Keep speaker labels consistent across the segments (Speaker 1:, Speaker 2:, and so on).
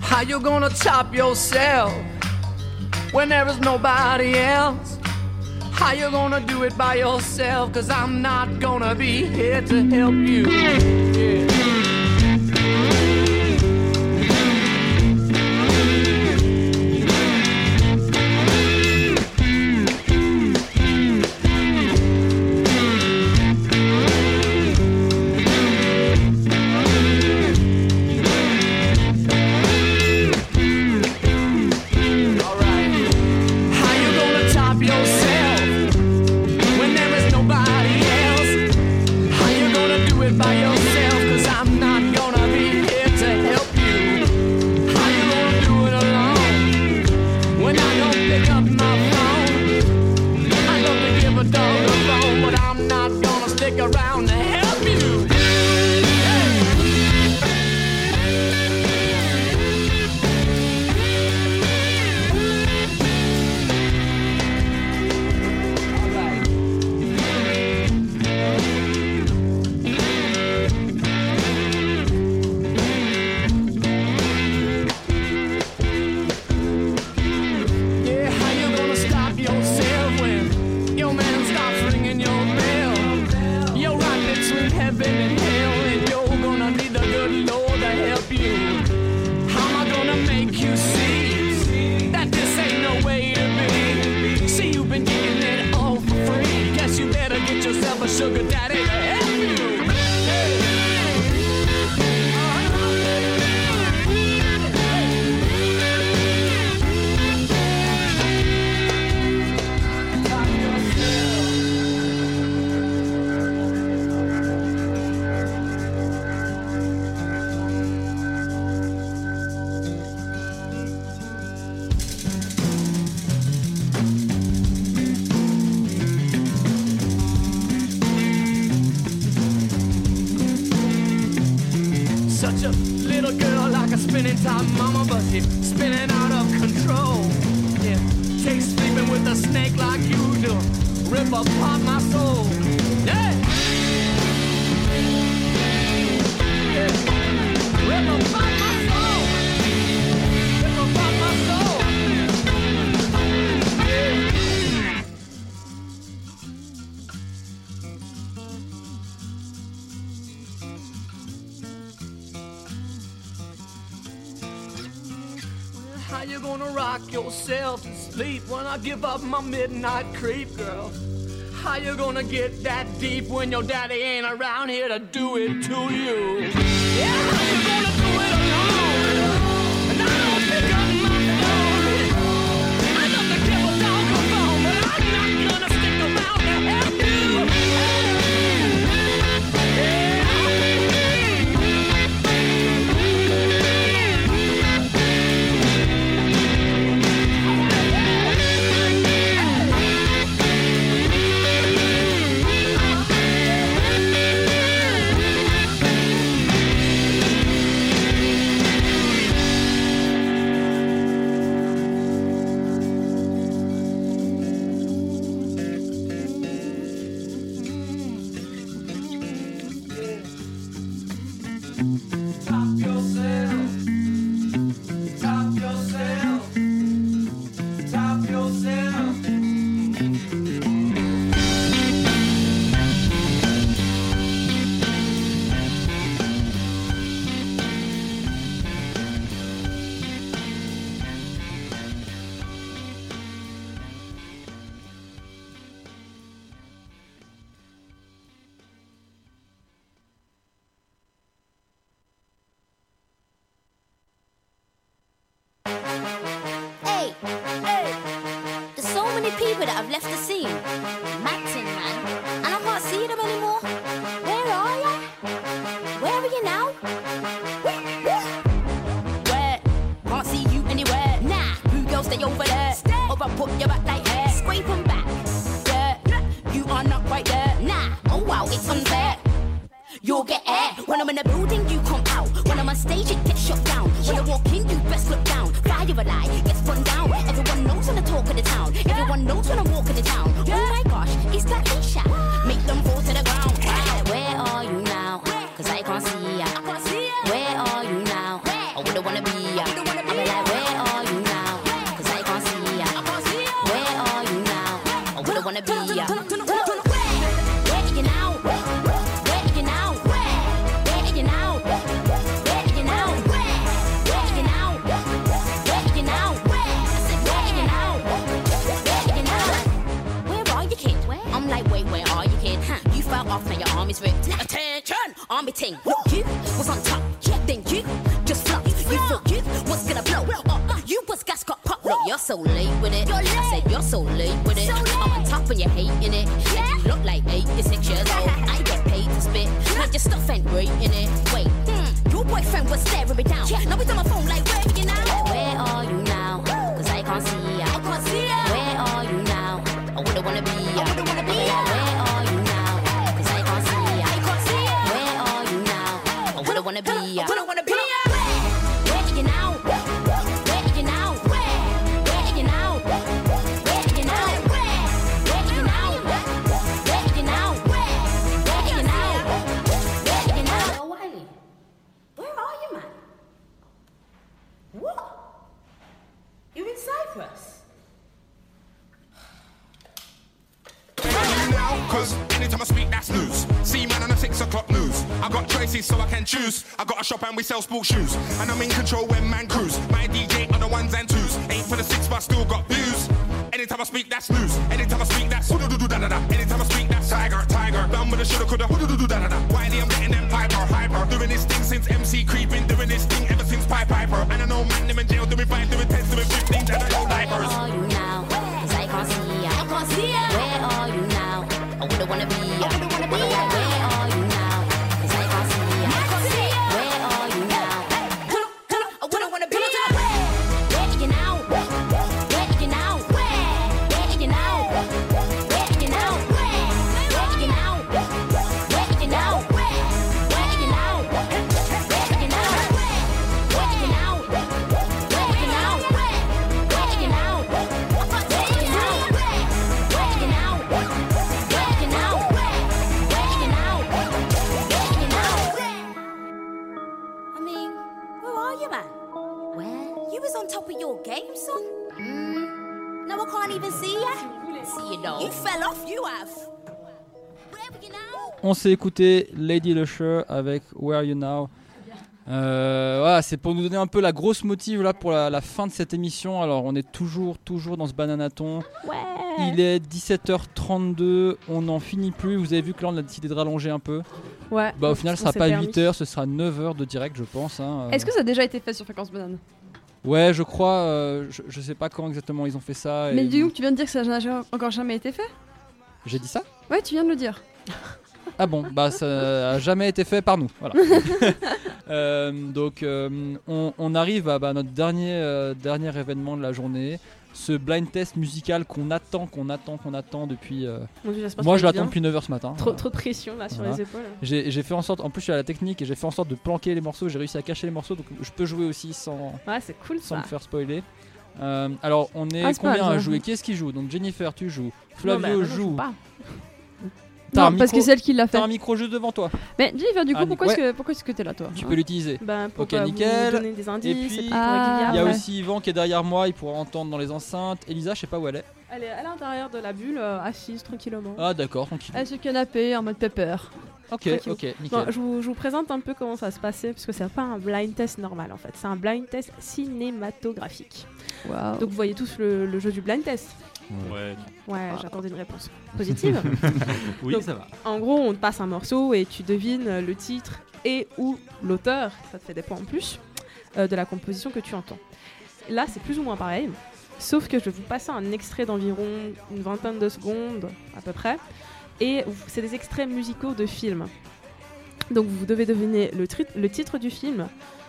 Speaker 1: How you gonna top yourself when there is nobody else? How you gonna do it by yourself? Cause I'm not gonna be here to help you. Yeah. Alright. How you gonna top yourself when there is nobody else? How you gonna do it by yourself? Cause I'm not gonna be here to help you. How you gonna do it alone when I don't pick up my phone? I love to give a dog a bone, but I'm not gonna stick around to help you. Alright. Yeah, how you gonna stop yourself when your man stops ringing your bell? You're right between heaven and hell, and you're gonna need the good Lord to help you. How am I gonna make you see that this ain't no way to be? See, you've been getting it all for free. Guess you better get yourself a sugar daddy to help you. Such a little girl like a spinning top mama, but she's spinning out of control. Yeah, take sleeping with a snake like you do, rip apart my soul. Yeah, yeah. rip apart my soul, rip apart my soul. How you gonna rock yourself to sleep when I give up my midnight creep, girl? How you gonna get that deep when your daddy ain't around here to do it to you? Yeah, how you gonna do it alone? And I don't pick up my phone. I love to give a dog a bone, but I'm not gonna stick around to help you. Yeah. Stop yourself. Stop yourself. Stop yourself.
Speaker 2: Hey, hey. There's so many people that have left the scene. Matting, man. And I can't see them anymore. Where are ya? Where are you now? Where? Can't see you anywhere. Nah. Blue girl, stay over there. Stay. Or I'll put your back like hair. Scrape 'em back. Yeah. You are not quite there. Nah. Oh wow, it's unfair. You'll get air. When I'm in a building, you come out. When I'm on stage, it gets shut down. When I walk in, you best look down. Fire a lie, gets run down. Everyone knows when I talk of the town. Everyone knows when I'm walking the town. Oh my gosh, it's that Aisha. Make them fall to the ground. Right, Where are you now? Cause I can't see ya. Where are you now? I wouldn't wanna be ya. ya. Turn up, turn up, turn up, turn up. Where? Where are you now? Where are you now? Where? Where are you now? Where are you now? Where? Where are you now? Where are you now? Where? I said, where are you now? Where are you now? Where are you, kid? Where? I'm like, wait, where are you, kid? Huh? You fell off, now your army's ripped. Attention, army ting. Look, you was on top. Yeah, then you just flopped. You thought you was gonna blow up. You was gas got popped. Look, you're so late with it.
Speaker 3: You're
Speaker 2: I said,
Speaker 3: late.
Speaker 2: you're so late with it.
Speaker 3: So
Speaker 2: I'm on
Speaker 3: late.
Speaker 2: top and you're hating it.
Speaker 3: Yeah.
Speaker 2: And you look like eight to six years old. I get paid to spit. Like your stuff ain't right in it. Wait, hmm, your boyfriend was staring me down. Now he's on my phone like, where are you now? Where are you now? Cause I can't see ya.
Speaker 3: I can't see ya.
Speaker 2: Where are you now? I wouldn't wanna be ya.
Speaker 3: I wouldn't wanna be ya.
Speaker 2: Where are you now? Cause I can't see ya.
Speaker 3: I can't see ya.
Speaker 2: Where are you now? I wouldn't wanna be ya.
Speaker 3: I wouldn't wanna be ya.
Speaker 2: Where are you now? Where are you now? Where? Where are you now? Where are you now? Where? Where are you now? Where are you now? Where? Where are you now? Where are you now? Oh, Wiley, where are you, man? What? You're in Cyprus.
Speaker 4: now, cause anytime I speak, that's news. See, man, on the six o'clock news. I got choices, so I can choose. I got a shop and we sell sport shoes. And I'm in control when man cruise. My DJ on the ones and twos. Ain't for the six, but I still got views. Anytime I speak, that's news. Anytime I speak, that's do do da da da. Anytime I speak, that's tiger, tiger. Done with the shoulda, coulda, do do da da da. Wiley, I'm getting them piper, hyper. Doing this thing since MC creeping. Doing this thing ever since Pipe Piper. And I know man, them in jail, doing five, doing ten, doing fifteen, and I know
Speaker 2: Where
Speaker 4: diapers.
Speaker 2: are you now? Cause I can't see ya.
Speaker 3: I can't see ya.
Speaker 2: Where are you now? I wouldn't wanna be ya.
Speaker 3: I wouldn't wanna be ya.
Speaker 2: Where are you now? Cause I can't see ya.
Speaker 3: I can't see ya.
Speaker 2: Where are you now?
Speaker 3: Turn up, turn up, I wouldn't wanna be ya.
Speaker 2: Where are you now? Where are you now? Where? Where are you now? Where are you now? Where? Where are you now? Where are you now? Where? Where are you now? Where are you now? Where are you now? Where are you now? Where are you now? Where are you now? Where are you now? Where are you now? Where are you now? Where are you now?
Speaker 3: I mean, where are you, man?
Speaker 2: Where?
Speaker 3: You was on top of your game, son. Now I can't even see ya.
Speaker 2: Hmm. See you know.
Speaker 3: You fell off, you have. Where were you now?
Speaker 5: On s'est écouté Lady Lusher avec Where Are You Now. Euh, voilà, c'est pour nous donner un peu la grosse motive là pour la, la fin de cette émission. Alors, on est toujours, toujours dans ce bananaton. Il est 17h32, on n'en finit plus. Vous avez vu que là, on a décidé de rallonger un peu.
Speaker 6: Ouais.
Speaker 5: Bah, au final, ce
Speaker 6: on
Speaker 5: sera
Speaker 6: s'est
Speaker 5: pas
Speaker 6: permis.
Speaker 5: 8h, ce sera 9h de direct, je pense. hein. Euh,
Speaker 6: Est-ce que ça a déjà été fait sur Fréquence Banane
Speaker 5: Ouais, je crois. euh, je, je sais pas quand exactement ils ont fait ça. et-
Speaker 6: Mais du coup, tu viens de dire que ça n'a ja- encore jamais été fait
Speaker 5: J'ai dit ça
Speaker 6: Ouais, tu viens de le dire.
Speaker 5: Ah bon, bah ça a jamais été fait par nous. Voilà. Euh, donc euh, on, on arrive à bah, notre dernier, euh, dernier événement de la journée. Ce blind test musical qu'on attend, qu'on attend, qu'on attend depuis. euh,
Speaker 6: Mon Dieu, j'espère
Speaker 5: Moi
Speaker 6: que
Speaker 5: je
Speaker 6: ça va
Speaker 5: l'attends Ah.
Speaker 6: bien.
Speaker 5: depuis 9h ce matin.
Speaker 6: Trop, trop de pression là sur
Speaker 5: Voilà.
Speaker 6: les épaules.
Speaker 5: J'ai j'ai fait en sorte, en plus je suis à la technique et j'ai fait en sorte de planquer les morceaux, j'ai réussi à cacher les morceaux donc je peux jouer aussi sans,
Speaker 6: Ouais, c'est cool
Speaker 5: sans
Speaker 6: ça.
Speaker 5: me faire spoiler. Euh, alors on est
Speaker 6: Ah, c'est pas
Speaker 5: combien
Speaker 6: mal,
Speaker 5: à
Speaker 6: ça.
Speaker 5: jouer Qu'est-ce qui joue Donc Jennifer tu joues,
Speaker 7: Non,
Speaker 5: Flavio
Speaker 7: mais attends, je joue
Speaker 5: joue,
Speaker 7: pas.
Speaker 5: t'as un,
Speaker 6: Non, parce que
Speaker 5: micro-
Speaker 6: c'est elle qui l'a fait.
Speaker 5: t'as un micro-jeu devant toi,
Speaker 6: Mais Jennifer, du coup,
Speaker 5: Ah,
Speaker 6: pourquoi
Speaker 5: ouais.
Speaker 6: est-ce que pourquoi est-ce que t'es là toi
Speaker 5: tu
Speaker 6: hein
Speaker 5: peux l'utiliser.
Speaker 6: Bah, pour
Speaker 5: Ok,
Speaker 6: pas
Speaker 5: nickel.
Speaker 6: vous donner des indices
Speaker 5: puis,
Speaker 6: et puis Ah,
Speaker 5: Il y a
Speaker 6: ouais.
Speaker 5: aussi Yvan qui est derrière moi, il pourra entendre dans les enceintes. Elisa, je sais pas où elle est.
Speaker 7: Elle est à l'intérieur de la bulle, euh, assise tranquillement.
Speaker 5: Ah d'accord, tranquille.
Speaker 6: Ah, sur le canapé en mode pepper.
Speaker 5: Ok,
Speaker 7: tranquille.
Speaker 5: ok,
Speaker 7: Bon,
Speaker 5: nickel.
Speaker 7: je, vous, je vous présente un peu comment ça va se passer, parce que c'est pas un blind test normal en fait, c'est un blind test cinématographique.
Speaker 6: Waouh.
Speaker 7: Donc vous voyez tous le, le jeu du blind test.
Speaker 8: Ouais.
Speaker 7: Ouais, j'attendais une réponse positive.
Speaker 8: Ah. Oui,
Speaker 7: Donc-
Speaker 8: ça va.
Speaker 7: en gros, on te passe un morceau et tu devines le titre et ou l'auteur, ça te fait des points en plus, euh, de la composition que tu entends. Là, c'est plus ou moins pareil, sauf que je vais vous passer un extrait d'environ une vingtaine de secondes à peu près, et vous- c'est des extraits musicaux de films. Donc vous devez deviner le, tri- le titre du film,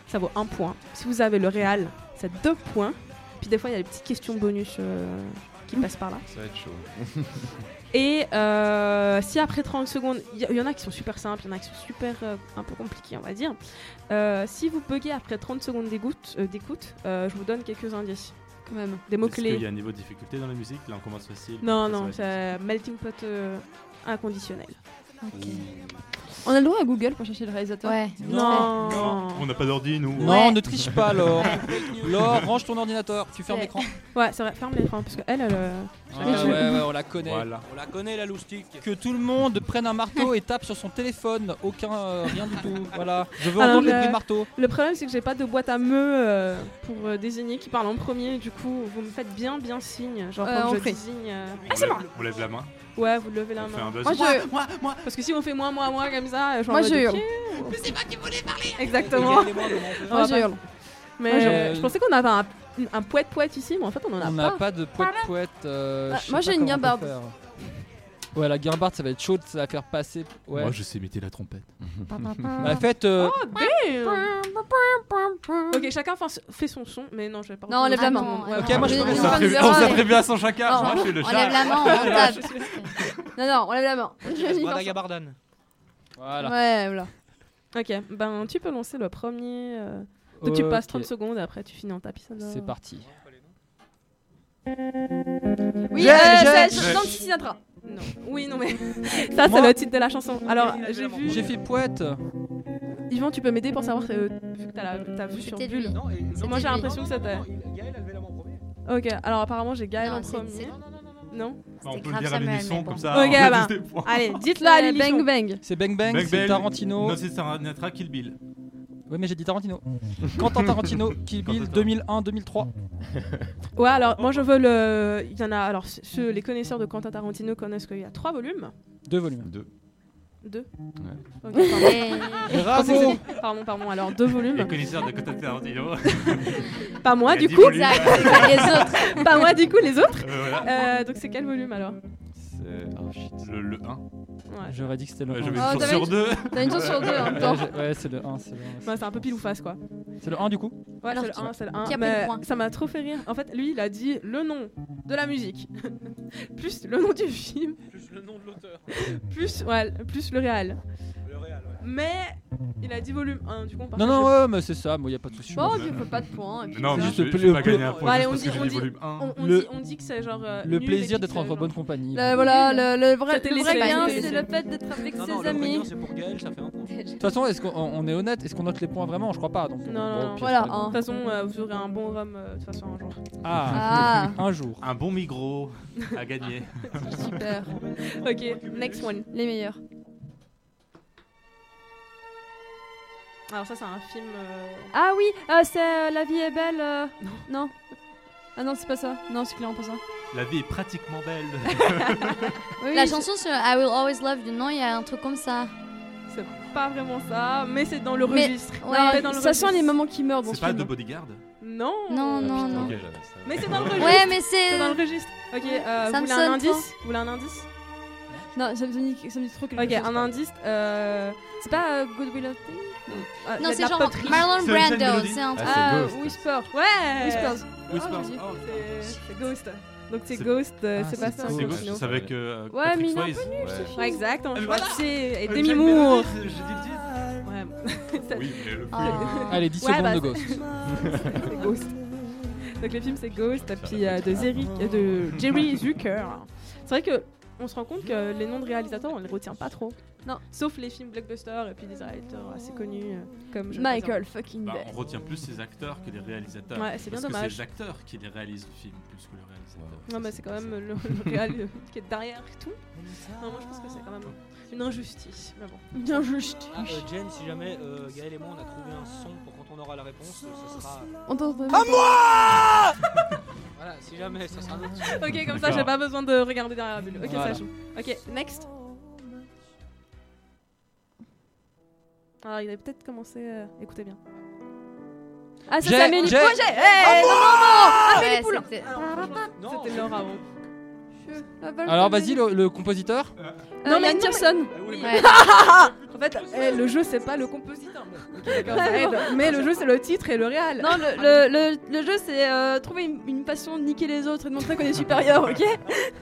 Speaker 7: ça vaut un point. Si vous avez le réal, c'est deux points. Puis des fois, il y a des petites questions bonus euh, qui passent par là.
Speaker 8: Ça va être chaud.
Speaker 7: Et euh, si après 30 secondes, il y, il y en a qui sont super simples, il y en a qui sont super euh, un peu compliqués, on va dire. Euh, si vous buguez après 30 secondes d'écoute, euh, d'écoute, euh, je vous donne quelques indices,
Speaker 6: quand même.
Speaker 7: des
Speaker 8: Est-ce qu'il y
Speaker 7: mots-clés.
Speaker 8: a un niveau de difficulté dans la musique Là, on commence facile.
Speaker 7: Non,
Speaker 8: après, ça
Speaker 7: non,
Speaker 8: va être
Speaker 7: c'est melting pot euh, inconditionnel.
Speaker 6: On a le droit à Google pour chercher le réalisateur.
Speaker 8: Ouais.
Speaker 7: Non.
Speaker 9: On n'a pas d'ordi, nous.
Speaker 5: Non, ne triche pas, Laure. Laure, range ton ordinateur, tu fermes
Speaker 8: Ouais.
Speaker 5: l'écran.
Speaker 7: Ouais, c'est vrai, ferme l'écran parce que elle, elle. euh,
Speaker 5: Ouais,
Speaker 7: Mais je-
Speaker 5: ouais, ouais, on la connaît.
Speaker 9: Voilà.
Speaker 1: On la connaît la loustique.
Speaker 5: Que tout le monde prenne un marteau et tape sur son téléphone. Aucun, euh, rien du tout. Voilà. Je veux
Speaker 7: Alors,
Speaker 5: entendre les
Speaker 7: euh,
Speaker 5: bruits de marteau.
Speaker 7: Le problème, c'est que j'ai pas de boîte à me euh, pour euh, désigner qui parle en premier. Du coup, vous me faites bien, bien signe. Genre,
Speaker 6: Euh,
Speaker 7: quand
Speaker 6: on
Speaker 7: je
Speaker 6: fait.
Speaker 7: désigne. euh,
Speaker 9: Ah, c'est moi On lève la main,
Speaker 7: Ouais, vous levez la
Speaker 9: on fait un
Speaker 7: main.
Speaker 9: buzz.
Speaker 6: Moi, je-
Speaker 1: Moi, moi,
Speaker 7: Parce que si on fait moi, moi, moi comme ça, euh, je
Speaker 6: Moi, je
Speaker 7: j'ai
Speaker 6: hurle.
Speaker 7: Exactement. On va
Speaker 6: Moi, je
Speaker 7: pas-
Speaker 6: hurle.
Speaker 7: Mais
Speaker 5: Moi, je-
Speaker 7: euh, je pensais qu'on avait un, un poète poète ici, mais en fait, on en a
Speaker 5: On n'a
Speaker 7: pas.
Speaker 5: pas de euh, poète poète.
Speaker 6: Ah, moi, j'ai une guimbarde.
Speaker 5: Ouais, la guimbarde, ça va être chaude, ça va faire passer. Ouais.
Speaker 10: Moi, je sais imiter la trompette.
Speaker 5: Bah, faites. euh,
Speaker 7: Ok, chacun fa- fait son son, mais non, je vais pas.
Speaker 6: Non, on lève la main.
Speaker 8: Ah,
Speaker 7: Ouais,
Speaker 5: Ok, moi, je
Speaker 6: Mais
Speaker 5: prends
Speaker 6: nous,
Speaker 9: On
Speaker 5: ça.
Speaker 6: va nous
Speaker 9: s'attribue
Speaker 6: errer.
Speaker 9: on s'attribue à son chacun.
Speaker 6: Non,
Speaker 9: Moi, je suis le
Speaker 8: On
Speaker 9: chat.
Speaker 8: lève la main, on tape.
Speaker 6: Non, non, on lève la main.
Speaker 1: Brada Gabardane.
Speaker 5: Voilà.
Speaker 6: Ouais, voilà.
Speaker 7: Ok, ben tu peux lancer le premier. euh, toi, tu
Speaker 5: Ok,
Speaker 7: passes euh. 30 secondes, après tu finis en tapissade.
Speaker 5: C'est parti.
Speaker 6: Oui,
Speaker 5: J'ai-
Speaker 6: euh,
Speaker 5: j'ai-
Speaker 6: c'est Nancy Sinatra.
Speaker 7: Non. Oui, non, mais. ça, c'est
Speaker 5: Moi-
Speaker 7: le titre de la chanson. Alors, j'ai vu.
Speaker 5: J'ai fait poète.
Speaker 7: Yvan, tu peux m'aider pour savoir, euh, vu que t'as la- t'as vu sur
Speaker 8: C'était
Speaker 7: Bulle.
Speaker 8: lui.
Speaker 1: Non, et- non,
Speaker 7: Moi, j'ai
Speaker 8: lui.
Speaker 7: l'impression que c'était.
Speaker 1: Gaël a levé la main en premier.
Speaker 7: Ok, alors apparemment, j'ai Gaël en
Speaker 8: Non, c'est-
Speaker 7: premier.
Speaker 8: c'est-
Speaker 7: Non
Speaker 9: Bah, on
Speaker 8: C'était
Speaker 9: peut le
Speaker 8: grave
Speaker 9: dire à
Speaker 8: Samuel,
Speaker 9: l'émission
Speaker 8: mais bon.
Speaker 9: comme ça.
Speaker 7: Ok,
Speaker 9: on a
Speaker 7: bah.
Speaker 9: tous des points.
Speaker 7: Allez, dites-la à
Speaker 6: Euh,
Speaker 7: l'émission.
Speaker 6: Bang Bang.
Speaker 5: C'est Bang Bang,
Speaker 9: Bang
Speaker 5: c'est
Speaker 9: Bang,
Speaker 5: Tarantino.
Speaker 9: Non, c'est Sarah Kill Bill.
Speaker 5: Oui, mais j'ai dit Tarantino. Quentin Tarantino, Kill Bill
Speaker 9: Quentin
Speaker 5: 2001-2003.
Speaker 7: Ouais, alors, moi, je veux le. Il y en a. Alors, ceux, les connaisseurs de Quentin Tarantino connaissent qu'il y a trois volumes.
Speaker 5: Deux volumes.
Speaker 7: Deux.
Speaker 8: Ouais.
Speaker 7: Ok, pardon.
Speaker 1: Ah,
Speaker 8: Et-
Speaker 5: Bravo
Speaker 7: Pardon, pardon. Alors, deux
Speaker 9: Les
Speaker 7: volumes.
Speaker 9: connaisseurs de Quentin Tarantino.
Speaker 7: Pas
Speaker 9: Il
Speaker 7: moi,
Speaker 9: y a
Speaker 7: Ah, du
Speaker 9: dix
Speaker 7: coup.
Speaker 9: volumes.
Speaker 8: Exact. Les autres.
Speaker 7: Pas moi, du coup, les autres.
Speaker 9: Euh, voilà.
Speaker 7: Euh, donc, c'est quel volume alors
Speaker 10: C'est- Oh shit.
Speaker 9: euh, Le, le 1.
Speaker 7: Ouais.
Speaker 5: J'aurais dit que c'était le
Speaker 9: Ouais,
Speaker 5: 1.
Speaker 7: Oh,
Speaker 9: J'avais
Speaker 6: Ah,
Speaker 9: une chance
Speaker 6: t'avais
Speaker 9: sur
Speaker 6: une-
Speaker 9: deux.
Speaker 6: T'as une chance sur deux hein. en même temps.
Speaker 5: ouais, c'est le 1. C'est le,
Speaker 7: Ouais, c'est un peu pile ou face quoi.
Speaker 5: 1 du coup
Speaker 7: Ouais,
Speaker 8: Alors,
Speaker 7: c'est le
Speaker 8: qui-
Speaker 7: 1, c'est le 1.
Speaker 8: qui a pris le
Speaker 7: mais
Speaker 8: point
Speaker 7: ça m'a trop fait rire. En fait, lui, il a dit le nom de la musique, plus le nom du film,
Speaker 1: Plus le nom de l'auteur.
Speaker 7: plus, ouais, plus le réel.
Speaker 1: Le Real, ouais.
Speaker 7: Mais il a dit volume 1, du coup, on part
Speaker 5: Non,
Speaker 7: sur-
Speaker 5: non, ouais, mais c'est ça, moi y a pas de souci.
Speaker 6: Bon, Oh, bah, tu peux pas de points. et puis
Speaker 9: Non,
Speaker 6: ça.
Speaker 9: mais
Speaker 5: juste
Speaker 9: je
Speaker 5: le-
Speaker 9: je vais
Speaker 5: le-
Speaker 9: pas gagner un point.
Speaker 7: allez,
Speaker 9: juste
Speaker 7: on
Speaker 9: parce que
Speaker 7: dit-
Speaker 9: j'ai
Speaker 7: on
Speaker 9: dit
Speaker 7: dit-
Speaker 9: volume 1.
Speaker 7: On, on
Speaker 5: Le-
Speaker 7: dit, on dit que c'est genre. euh,
Speaker 5: Le
Speaker 7: nul et
Speaker 5: plaisir
Speaker 7: puis
Speaker 5: d'être
Speaker 7: que,
Speaker 5: en
Speaker 7: genre-
Speaker 5: bonne compagnie.
Speaker 6: Le- voilà, le, le vrai,
Speaker 7: C'était
Speaker 6: le
Speaker 7: les
Speaker 6: vrai
Speaker 7: seuls.
Speaker 6: bien,
Speaker 7: C'était les
Speaker 6: c'est
Speaker 7: seuls.
Speaker 6: le fait d'être avec
Speaker 1: Non,
Speaker 6: ses
Speaker 1: non, le prénom,
Speaker 6: amis.
Speaker 1: c'est pour Gaël, ça fait un point.
Speaker 5: De toute façon, est-ce qu'on on est honnête Est-ce qu'on note les points vraiment Je crois pas. Donc,
Speaker 7: Non,
Speaker 5: bon, au pire,
Speaker 7: non,
Speaker 6: Voilà,
Speaker 5: c'est pas
Speaker 7: De
Speaker 6: un.
Speaker 7: toute façon, euh, vous aurez un bon rhum euh, de toute façon un jour.
Speaker 5: grave. Ah,
Speaker 6: Ah,
Speaker 5: un jour.
Speaker 9: Un bon micro à gagner.
Speaker 6: super.
Speaker 7: Ok, next one.
Speaker 6: Les meilleurs.
Speaker 7: Alors, ça, c'est un film. euh,
Speaker 6: Ah oui, euh, c'est euh, La vie est belle. euh, Non. Ah non, c'est pas ça. Non, c'est clairement pas ça.
Speaker 9: La vie est pratiquement belle.
Speaker 7: Oh,
Speaker 6: Oui,
Speaker 8: La
Speaker 6: oui,
Speaker 8: chanson sur I Will Always Love You, non, il y a un truc comme ça.
Speaker 7: C'est pas vraiment ça, mais c'est dans le
Speaker 8: Mais-
Speaker 7: registre.
Speaker 8: ouais.
Speaker 7: Non,
Speaker 6: c'est-
Speaker 7: mais dans le
Speaker 6: ça sent
Speaker 7: registre.
Speaker 6: les mamans qui meurent dans
Speaker 9: C'est
Speaker 6: ce
Speaker 9: pas
Speaker 6: film.
Speaker 9: de bodyguard
Speaker 7: Non.
Speaker 8: Non,
Speaker 1: Ah,
Speaker 8: non, non.
Speaker 10: Ok, j'avais ça.
Speaker 7: Mais c'est dans le registre.
Speaker 8: Ouais, mais
Speaker 7: C'est
Speaker 8: c'est.
Speaker 7: dans le registre. Ok, euh, vous
Speaker 8: Ça me
Speaker 7: voulez un
Speaker 8: sonne, toi.
Speaker 7: indice Vous voulez un indice
Speaker 6: Non, ça me dit, ça me dit trop quelque
Speaker 7: Ok,
Speaker 6: chose.
Speaker 7: un indice. Euh...
Speaker 6: C'est pas euh, Good Will Hunting
Speaker 7: euh,
Speaker 8: Non,
Speaker 7: la-
Speaker 8: c'est
Speaker 7: la
Speaker 8: genre
Speaker 7: poterie.
Speaker 8: Marlon
Speaker 9: C'est une scène
Speaker 8: Brando.
Speaker 9: mélodie.
Speaker 8: C'est un
Speaker 10: Ah,
Speaker 8: truc.
Speaker 10: c'est
Speaker 6: Ah,
Speaker 10: Ghost.
Speaker 6: Whisper.
Speaker 7: Ouais.
Speaker 6: Whispers. Ah,
Speaker 9: Whisper.
Speaker 6: j'ai dit.
Speaker 9: Oh,
Speaker 7: C'est- C'est Ghost. Donc c'est
Speaker 9: C'est-
Speaker 7: Ghost, euh,
Speaker 5: Ah,
Speaker 7: c'est
Speaker 5: c'est
Speaker 7: pas ça.
Speaker 5: Ghost.
Speaker 9: C'est
Speaker 7: Ghost,
Speaker 9: gauche,
Speaker 7: non.
Speaker 9: c'est avec euh,
Speaker 6: Ouais, mais
Speaker 9: Patrick
Speaker 6: il est un peu
Speaker 9: Swayze.
Speaker 10: Ouais.
Speaker 7: Ouais, exact. on-
Speaker 9: Voilà.
Speaker 7: c'est- Et
Speaker 9: Euh,
Speaker 7: Demi
Speaker 9: Jack
Speaker 7: Moore.
Speaker 9: Melody,
Speaker 7: Ah,
Speaker 9: je- je dis le titre.
Speaker 7: Ouais.
Speaker 9: Oui, mais le
Speaker 8: Ah.
Speaker 5: Allez, 10
Speaker 7: Ouais,
Speaker 5: secondes
Speaker 7: bah,
Speaker 5: de Ghost.
Speaker 7: C'est Ghost. Donc le film c'est Ghost, et puis euh, de, Zeri- euh, de Jerry Zucker. C'est vrai que on se rend compte que les noms de réalisateurs on les retient pas trop.
Speaker 6: Non.
Speaker 7: Sauf les films blockbusters et puis des réalisateurs assez connus euh, comme je
Speaker 6: Michael fucking
Speaker 9: Bah, on
Speaker 6: Bell.
Speaker 9: retient plus les acteurs que les réalisateurs.
Speaker 7: Ouais, c'est bien
Speaker 9: Parce que
Speaker 7: dommage.
Speaker 9: C'est les acteurs qui les réalisent le film plus que le réalisateur.
Speaker 7: Non mais c'est quand même le, le réal euh, qui est derrière tout. Non moi je pense que c'est quand même une injustice. Mais bon.
Speaker 6: Bien juste.
Speaker 1: Ah, euh, Jen, si jamais euh, Gaël et moi on a trouvé un son pour quand on aura la réponse, euh, ça sera.
Speaker 6: On t'entend. À moi
Speaker 1: Voilà, si jamais, ça sera notre son.
Speaker 7: Ok comme ça j'ai
Speaker 9: D'accord.
Speaker 7: pas besoin de regarder derrière la bulle. Ok
Speaker 5: Voilà.
Speaker 7: ça joue. Ok next. Alors Ah, il avait peut-être commencé. euh, Écoutez bien.
Speaker 6: Ah, ça
Speaker 5: J'ai-
Speaker 6: c'est Amélie
Speaker 5: j'ai-
Speaker 6: Projet hey,
Speaker 8: Ouais,
Speaker 6: Poulain.
Speaker 8: c'était-
Speaker 1: Non,
Speaker 7: C'était Laura avant.
Speaker 6: Ah, bah,
Speaker 5: Alors, vas-y, le, le compositeur
Speaker 6: Non, mais Anderson.
Speaker 8: Ouais.
Speaker 7: En fait, eh, le jeu c'est pas le compositeur. mais- ok, d'accord, ça aide. mais le jeu c'est le titre et le réal.
Speaker 6: Non, le, le, le, le jeu c'est euh, trouver une, une façon de niquer les autres et de montrer qu'on est supérieur, ok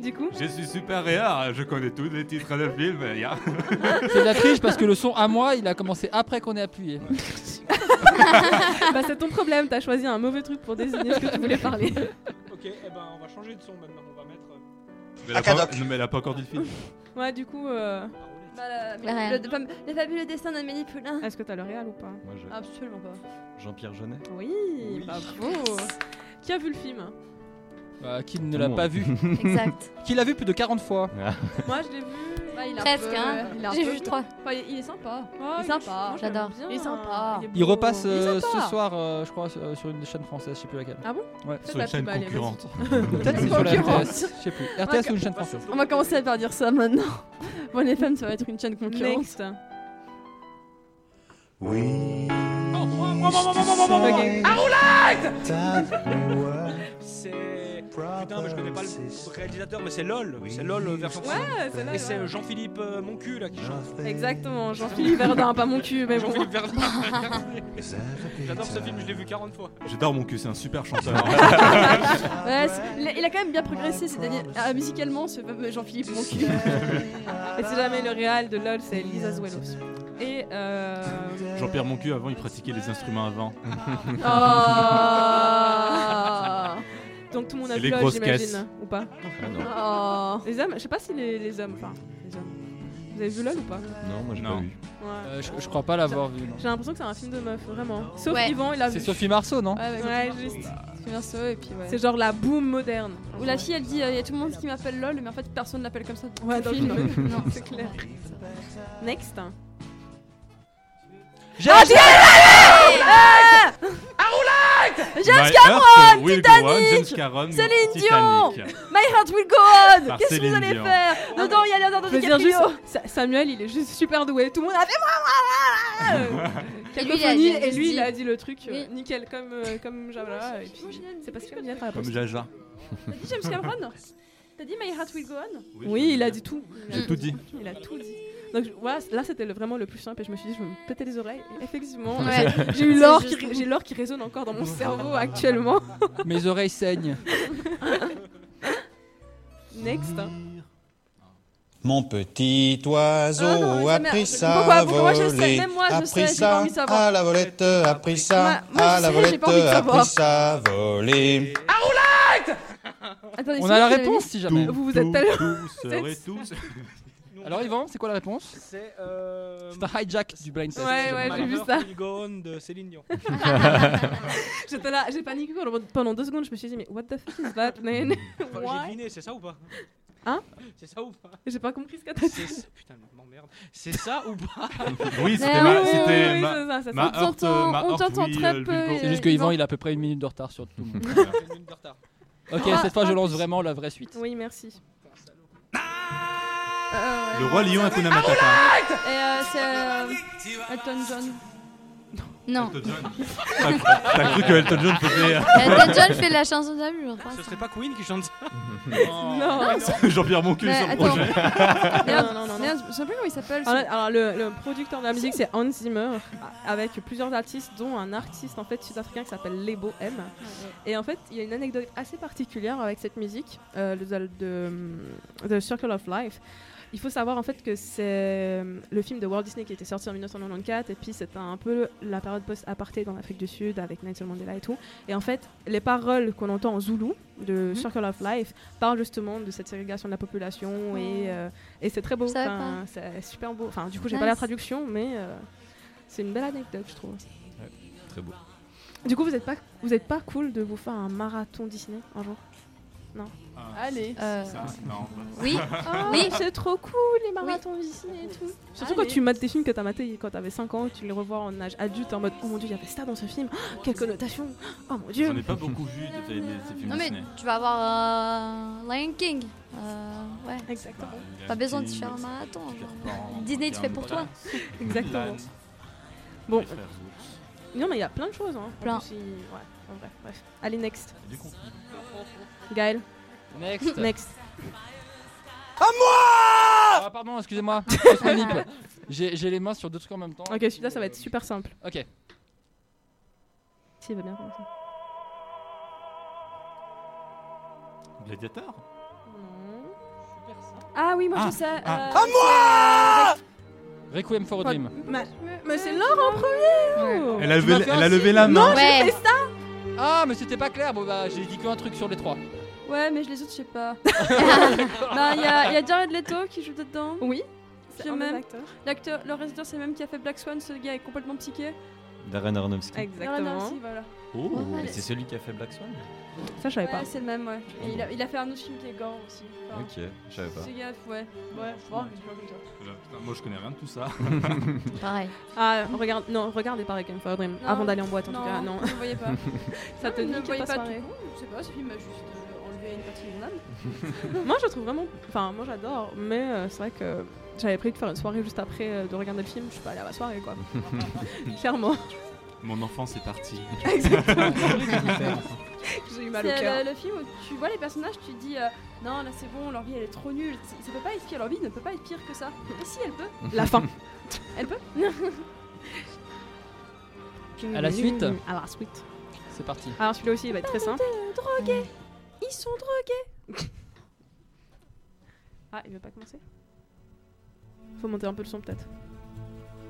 Speaker 7: Du coup,
Speaker 9: Je suis super réa, je connais tous les titres de film. il y a-
Speaker 5: C'est de la triche parce que le son à moi, il a commencé après qu'on ait appuyé.
Speaker 7: bah, c'est ton problème. T'as choisi un mauvais truc pour désigner ce que tu voulais parler.
Speaker 1: ok, eh ben on va changer de son maintenant. On va mettre. euh,
Speaker 9: Mais elle a pas- non, mais elle a pas encore dit le film.
Speaker 7: Ouais, du coup. euh,
Speaker 6: Bah,
Speaker 7: La
Speaker 6: la-
Speaker 7: reine.
Speaker 6: le, le fam- le fabuleux destin d'Amélie Poulain.
Speaker 7: Est-ce que t'as le réel ou pas
Speaker 11: Moi,
Speaker 6: Ah.
Speaker 11: je-
Speaker 7: Absolument pas.
Speaker 11: Jean-Pierre Jeunet.
Speaker 7: Oui, bravo. Qui a vu le film
Speaker 5: Bah, qui ne
Speaker 11: Tout
Speaker 5: l'a
Speaker 11: le
Speaker 5: pas
Speaker 11: monde.
Speaker 5: vu
Speaker 2: Oh.
Speaker 11: Exact.
Speaker 5: Qui l'a vu plus de 40 fois
Speaker 7: Moi, je l'ai vu.
Speaker 6: Bah, il est un
Speaker 2: Presque,
Speaker 6: peu-
Speaker 2: hein.
Speaker 6: il est un
Speaker 2: J'ai
Speaker 6: peu-
Speaker 2: vu trois.
Speaker 6: Enfin, il est sympa.
Speaker 7: Ah,
Speaker 6: il est sympa.
Speaker 7: moi, je l'aime
Speaker 2: J'adore.
Speaker 7: bien.
Speaker 6: Il est sympa.
Speaker 7: est
Speaker 5: Il
Speaker 7: beau.
Speaker 5: repasse
Speaker 7: Il est
Speaker 5: euh, ce
Speaker 7: sympa.
Speaker 5: soir, euh, je crois, euh, sur une des chaînes françaises, je sais plus laquelle.
Speaker 7: Ah bon
Speaker 5: Ouais.
Speaker 7: Faites Sur une la chaîne pub, allez, concurrente. vas-y.
Speaker 5: Peut-être c'est sur la
Speaker 6: Concurrente.
Speaker 5: RTS, je sais plus.
Speaker 6: On va
Speaker 5: RTS
Speaker 6: ca-
Speaker 5: ou une chaîne française
Speaker 6: On va commencer par dire ça maintenant. Bon, les femmes, ça va être une chaîne concurrente.
Speaker 7: Next.
Speaker 12: Oui.
Speaker 1: Oh, C'est. Putain, mais je connais pas le réalisateur, mais c'est LOL. C'est LOL euh, version
Speaker 7: Ouais,
Speaker 1: française.
Speaker 7: Ah, c'est LOL,
Speaker 1: Et c'est
Speaker 7: ouais.
Speaker 1: euh, Jean-Philippe euh, Moncul là qui chante.
Speaker 7: Exactement, Jean-Philippe Verdun, pas mon cul, mais bon.
Speaker 1: Jean-Philippe Verdun. J'adore ce film, je l'ai vu 40 fois.
Speaker 9: J'adore mon cul, c'est un super chanteur.
Speaker 6: Ouais, c'est- il a- il a quand même bien progressé ces derniers- ah, musicalement, ce fameux Jean-Philippe Moncul.
Speaker 7: Et si jamais le réel de LOL, c'est Elisa Zuelos. Et euh...
Speaker 9: Jean-Pierre Moncu, avant, il pratiquait les instruments avant.
Speaker 6: Oh.
Speaker 7: Ah. Donc tout le monde a
Speaker 9: Et
Speaker 7: vu
Speaker 9: les
Speaker 7: LOL,
Speaker 9: grosses caisses.
Speaker 7: j'imagine, ou pas Oh.
Speaker 11: Ah non.
Speaker 7: Les hommes, je sais pas si les, les hommes, enfin, les hommes. Vous avez vu LOL ou pas
Speaker 11: Non, moi, j'ai pas vu.
Speaker 7: Ouais.
Speaker 5: Euh, je, je crois pas l'avoir vu. non.
Speaker 7: J'ai l'impression que c'est un film de meuf, vraiment. Sauf
Speaker 6: Ouais.
Speaker 7: Yvan, il a vu.
Speaker 5: C'est Sophie Marceau, non
Speaker 6: Ouais,
Speaker 7: Ouais, juste.
Speaker 6: Sophie Marceau, et puis ouais.
Speaker 7: C'est genre la boom moderne.
Speaker 6: Où la fille elle dit il y a tout le monde qui m'appelle LOL, mais en fait personne l'appelle comme ça. dans
Speaker 7: Ouais,
Speaker 6: le
Speaker 7: dans le
Speaker 6: film.
Speaker 7: film.
Speaker 6: non,
Speaker 7: C'est clair. Next.
Speaker 6: Oh,
Speaker 5: J'ai
Speaker 9: My
Speaker 6: James
Speaker 9: Heart
Speaker 6: Cameron,
Speaker 9: euh, Will Go On, James
Speaker 6: Titanic,
Speaker 9: Cameron,
Speaker 6: Céline Dion,
Speaker 9: Titanic.
Speaker 6: My Heart Will Go On.
Speaker 9: Par
Speaker 6: Qu'est-ce que vous
Speaker 9: Céline
Speaker 6: allez
Speaker 9: Dion.
Speaker 6: faire Dedans il y a Leonardo
Speaker 7: Je veux dire juste,
Speaker 6: DiCaprio.
Speaker 7: Sa- Samuel, il est juste super doué. Tout le monde a fait moi, moi, moi.
Speaker 6: Et lui, il a-
Speaker 7: Cacophonie,
Speaker 6: il a
Speaker 7: et
Speaker 6: juste
Speaker 7: lui,
Speaker 6: dit-
Speaker 7: il a dit le truc euh, nickel comme euh, comme Javala. et puis, C'est parce qu'il vient de la
Speaker 9: Comme
Speaker 7: réponse.
Speaker 9: Jaja.
Speaker 7: T'as dit James Cameron T'as dit My Heart Will Go On
Speaker 9: Oui,
Speaker 7: Oui,
Speaker 9: je
Speaker 7: il a dit tout.
Speaker 9: J'ai
Speaker 7: Mm.
Speaker 9: tout dit.
Speaker 7: Il a tout dit. Donc je- voilà, c- là c'était le- vraiment le plus simple et je me suis dit je vais me péter les oreilles. Et effectivement,
Speaker 5: Ouais.
Speaker 7: euh, j'ai eu
Speaker 5: C'est
Speaker 7: l'or qui,
Speaker 5: juste.
Speaker 7: ré- j'ai l'or qui résonne encore dans mon cerveau actuellement.
Speaker 5: Mes oreilles saignent.
Speaker 7: Next.
Speaker 10: Mon petit oiseau
Speaker 6: Ah non, mais ça
Speaker 10: a pris ça
Speaker 6: m'a- pourquoi-
Speaker 10: à
Speaker 6: pourquoi moi je sais,
Speaker 10: voler,
Speaker 6: même moi je
Speaker 10: a
Speaker 6: sais,
Speaker 10: pris
Speaker 6: j'ai pas
Speaker 10: ça
Speaker 6: envie de savoir.
Speaker 10: à la volette, a pris ça
Speaker 6: Moi- moi, je
Speaker 10: à la
Speaker 6: sais, j'ai
Speaker 10: volette,
Speaker 6: pas envie de
Speaker 10: a
Speaker 6: savoir.
Speaker 10: pris ça à voler.
Speaker 6: Attendez,
Speaker 5: On
Speaker 6: c'est
Speaker 5: a la
Speaker 6: moi qui l'avais
Speaker 5: réponse
Speaker 6: dit.
Speaker 5: si jamais.
Speaker 6: Vous vous êtes tellement-
Speaker 9: Tous et tous.
Speaker 5: Alors, Yvan, c'est quoi la réponse
Speaker 1: C'est euh.
Speaker 5: C'est un hijack du blind test.
Speaker 7: Ouais, ouais, j'ai vu ça.
Speaker 1: Will Go On de Céline Dion.
Speaker 7: J'étais là, j'ai paniqué pendant- pendant deux secondes. Je me suis dit mais what the fuck is that man
Speaker 1: Enfin, J'ai
Speaker 7: Why
Speaker 1: deviné, c'est ça ou pas
Speaker 7: Hein
Speaker 1: C'est ça ou pas
Speaker 7: J'ai pas compris ce que t'as
Speaker 1: C'est
Speaker 7: dit.
Speaker 1: ça- Putain, je m'emmerde. C'est ça ou pas
Speaker 9: Oui, c'était ma- c'était ma- ma
Speaker 6: On
Speaker 9: heurte,
Speaker 6: t'entend-
Speaker 9: ma
Speaker 6: on
Speaker 9: heurte,
Speaker 6: t'entend
Speaker 9: oui,
Speaker 6: très
Speaker 9: euh, le
Speaker 6: peu,
Speaker 9: Bulgo.
Speaker 5: C'est juste que Yvan, il a à peu près une minute de retard sur tout le monde. Ok,
Speaker 7: Ah,
Speaker 5: cette fois,
Speaker 7: pas
Speaker 5: je lance vraiment la vraie suite.
Speaker 7: Oui, merci.
Speaker 9: Le roi
Speaker 6: Ah,
Speaker 9: lion à Hakuna Matata.
Speaker 6: Et euh, c'est euh, Elton John.
Speaker 2: Non.
Speaker 9: T'as cru- T'as cru que Elton John faisait.
Speaker 2: Elton John fait la chanson de la vie, je crois.
Speaker 1: Ce serait pas Queen qui chante ça
Speaker 7: Non.
Speaker 1: mais
Speaker 9: euh, Jean-Pierre Moncul
Speaker 6: Mais
Speaker 9: sur le
Speaker 6: attends.
Speaker 9: projet.
Speaker 6: Merde,
Speaker 7: non, non, non.
Speaker 6: merde, je sais plus comment il s'appelle. ce-
Speaker 7: Alors, là, alors, le, le producteur de la musique c'est Hans Zimmer a- avec plusieurs artistes dont un artiste en fait sud-africain qui s'appelle Lebo M. Et en fait il y a une anecdote assez particulière avec cette musique euh, le- de, de- de Circle of Life. Il faut savoir en fait que c'est euh, le film de Walt Disney qui était sorti en 1994 et puis c'était un peu la période post-apartheid en Afrique du Sud avec Nelson Mandela et tout. Et en fait les paroles qu'on entend en zoulou de Circle of Life parlent justement de cette ségrégation de la population et, euh, et c'est très beau.
Speaker 2: Je savais
Speaker 7: Enfin,
Speaker 2: pas.
Speaker 7: Hein, c'est super beau. Enfin, du coup, j'ai
Speaker 2: Nice.
Speaker 7: pas la traduction, mais euh, c'est une belle anecdote, je trouve.
Speaker 11: Très beau.
Speaker 7: Du coup, vous êtes pas, vous êtes pas cool de vous faire un marathon Disney un jour Non.
Speaker 11: Ah.
Speaker 6: Allez.
Speaker 7: Euh,
Speaker 9: Ça, non.
Speaker 2: Oui.
Speaker 7: Ah,
Speaker 2: Oui.
Speaker 7: c'est trop cool les marathons Disney et tout. Surtout quand
Speaker 6: Allez.
Speaker 7: tu mates des films que t'as maté quand t'avais 5 ans, tu les revois en âge adulte en mode oh mon dieu, il y avait ça dans ce film, Oh, quelle connotation, oh mon dieu.
Speaker 9: J'en ai pas beaucoup vu de ces de ces films
Speaker 2: Non mais
Speaker 9: Disney.
Speaker 2: tu vas avoir euh, Lion King. Euh, ouais.
Speaker 7: Exactement.
Speaker 2: Pas besoin de faire un marathon. genre. Disney, tu fais pour toi.
Speaker 7: Exactement. Bon.
Speaker 9: Bon.
Speaker 7: Non, mais il y a plein de choses. Hein.
Speaker 2: Plein.
Speaker 7: En plus, il- ouais, en vrai, bref. Allez, next.
Speaker 9: Du coup.
Speaker 7: Gaël.
Speaker 5: Next.
Speaker 7: Next.
Speaker 5: À moi ah, Pardon, excusez-moi. Fausse manip. J'ai j'ai les mains sur deux trucs en même temps.
Speaker 7: Ok, celui-là, ça va être super simple.
Speaker 5: Ok.
Speaker 7: Si, il va bien commencer.
Speaker 9: Gladiateur
Speaker 6: Ah oui, moi
Speaker 9: Ah,
Speaker 6: je sais.
Speaker 9: ah.
Speaker 6: euh,
Speaker 5: moi Requiem for a Dream.
Speaker 7: Mais, mais c'est l'or en premier
Speaker 9: Elle a
Speaker 5: Tu
Speaker 9: levé-
Speaker 5: m'as fait un
Speaker 9: elle a
Speaker 5: signe.
Speaker 9: levé la main.
Speaker 7: Non, j'ai Ouais. fait
Speaker 5: Ah, mais c'était pas clair. Bon, bah, j'ai dit qu'un truc sur les trois.
Speaker 13: Ouais, mais je les autres, je sais pas. Bah, Il y, a il y a Jared Leto qui joue dedans.
Speaker 7: Oui.
Speaker 13: C'est
Speaker 7: C'est un
Speaker 13: le
Speaker 7: des
Speaker 13: même.
Speaker 7: acteurs.
Speaker 13: L'acteur, le réalisateur, c'est le même qui a fait Black Swan. Ce gars est complètement psyché.
Speaker 10: Darren Aronofsky.
Speaker 13: Darren Aronofsky, voilà.
Speaker 10: Oh,
Speaker 13: Ouais,
Speaker 10: mais c'est celui qui a fait Black Swan
Speaker 7: Ça, je savais
Speaker 13: Ouais,
Speaker 7: pas.
Speaker 13: c'est le même, ouais. Et il a, il a fait un autre film qui est grand aussi.
Speaker 6: Ah.
Speaker 13: Enfin,
Speaker 10: Ok, je savais pas.
Speaker 13: Ce gars, ouais. Ouais, bon, je sais pas comme ça.
Speaker 9: Euh, Putain, moi je connais rien de tout ça.
Speaker 8: Pareil.
Speaker 7: Ah, regarde, non, regardez pas Requiem for a Dream.
Speaker 13: Non,
Speaker 7: Avant d'aller en boîte, en
Speaker 13: non,
Speaker 7: tout cas, non.
Speaker 13: ne le voyez pas.
Speaker 7: Ça
Speaker 13: Non,
Speaker 7: te
Speaker 13: mais ne
Speaker 7: nique
Speaker 13: voyez
Speaker 7: ta
Speaker 13: pas
Speaker 7: soirée.
Speaker 13: tout court, Je sais pas, ce film a juste euh, enlevé une partie de mon âme.
Speaker 7: moi, je trouve vraiment. Enfin, moi, j'adore, mais euh, c'est vrai que j'avais prévu de faire une soirée juste après euh, de regarder le film. Je suis pas allée à la soirée, quoi. Clairement.
Speaker 9: Mon enfance est partie.
Speaker 7: Exactement. J'ai eu mal au
Speaker 13: C'est
Speaker 7: cœur.
Speaker 13: le, le film où tu vois les personnages, tu te dis euh, non, là c'est bon, leur vie elle est trop nulle. C'est- Ça peut pas être pire, leur vie ne peut pas être pire que ça. Et si elle peut
Speaker 7: La fin.
Speaker 13: Elle peut
Speaker 5: À la suite.
Speaker 7: À la suite.
Speaker 5: C'est parti.
Speaker 7: Alors, celui-là aussi, il va être très simple.
Speaker 13: Drogués Ils sont drogués
Speaker 7: Ah, il veut pas commencer Faut monter un peu le son, peut-être.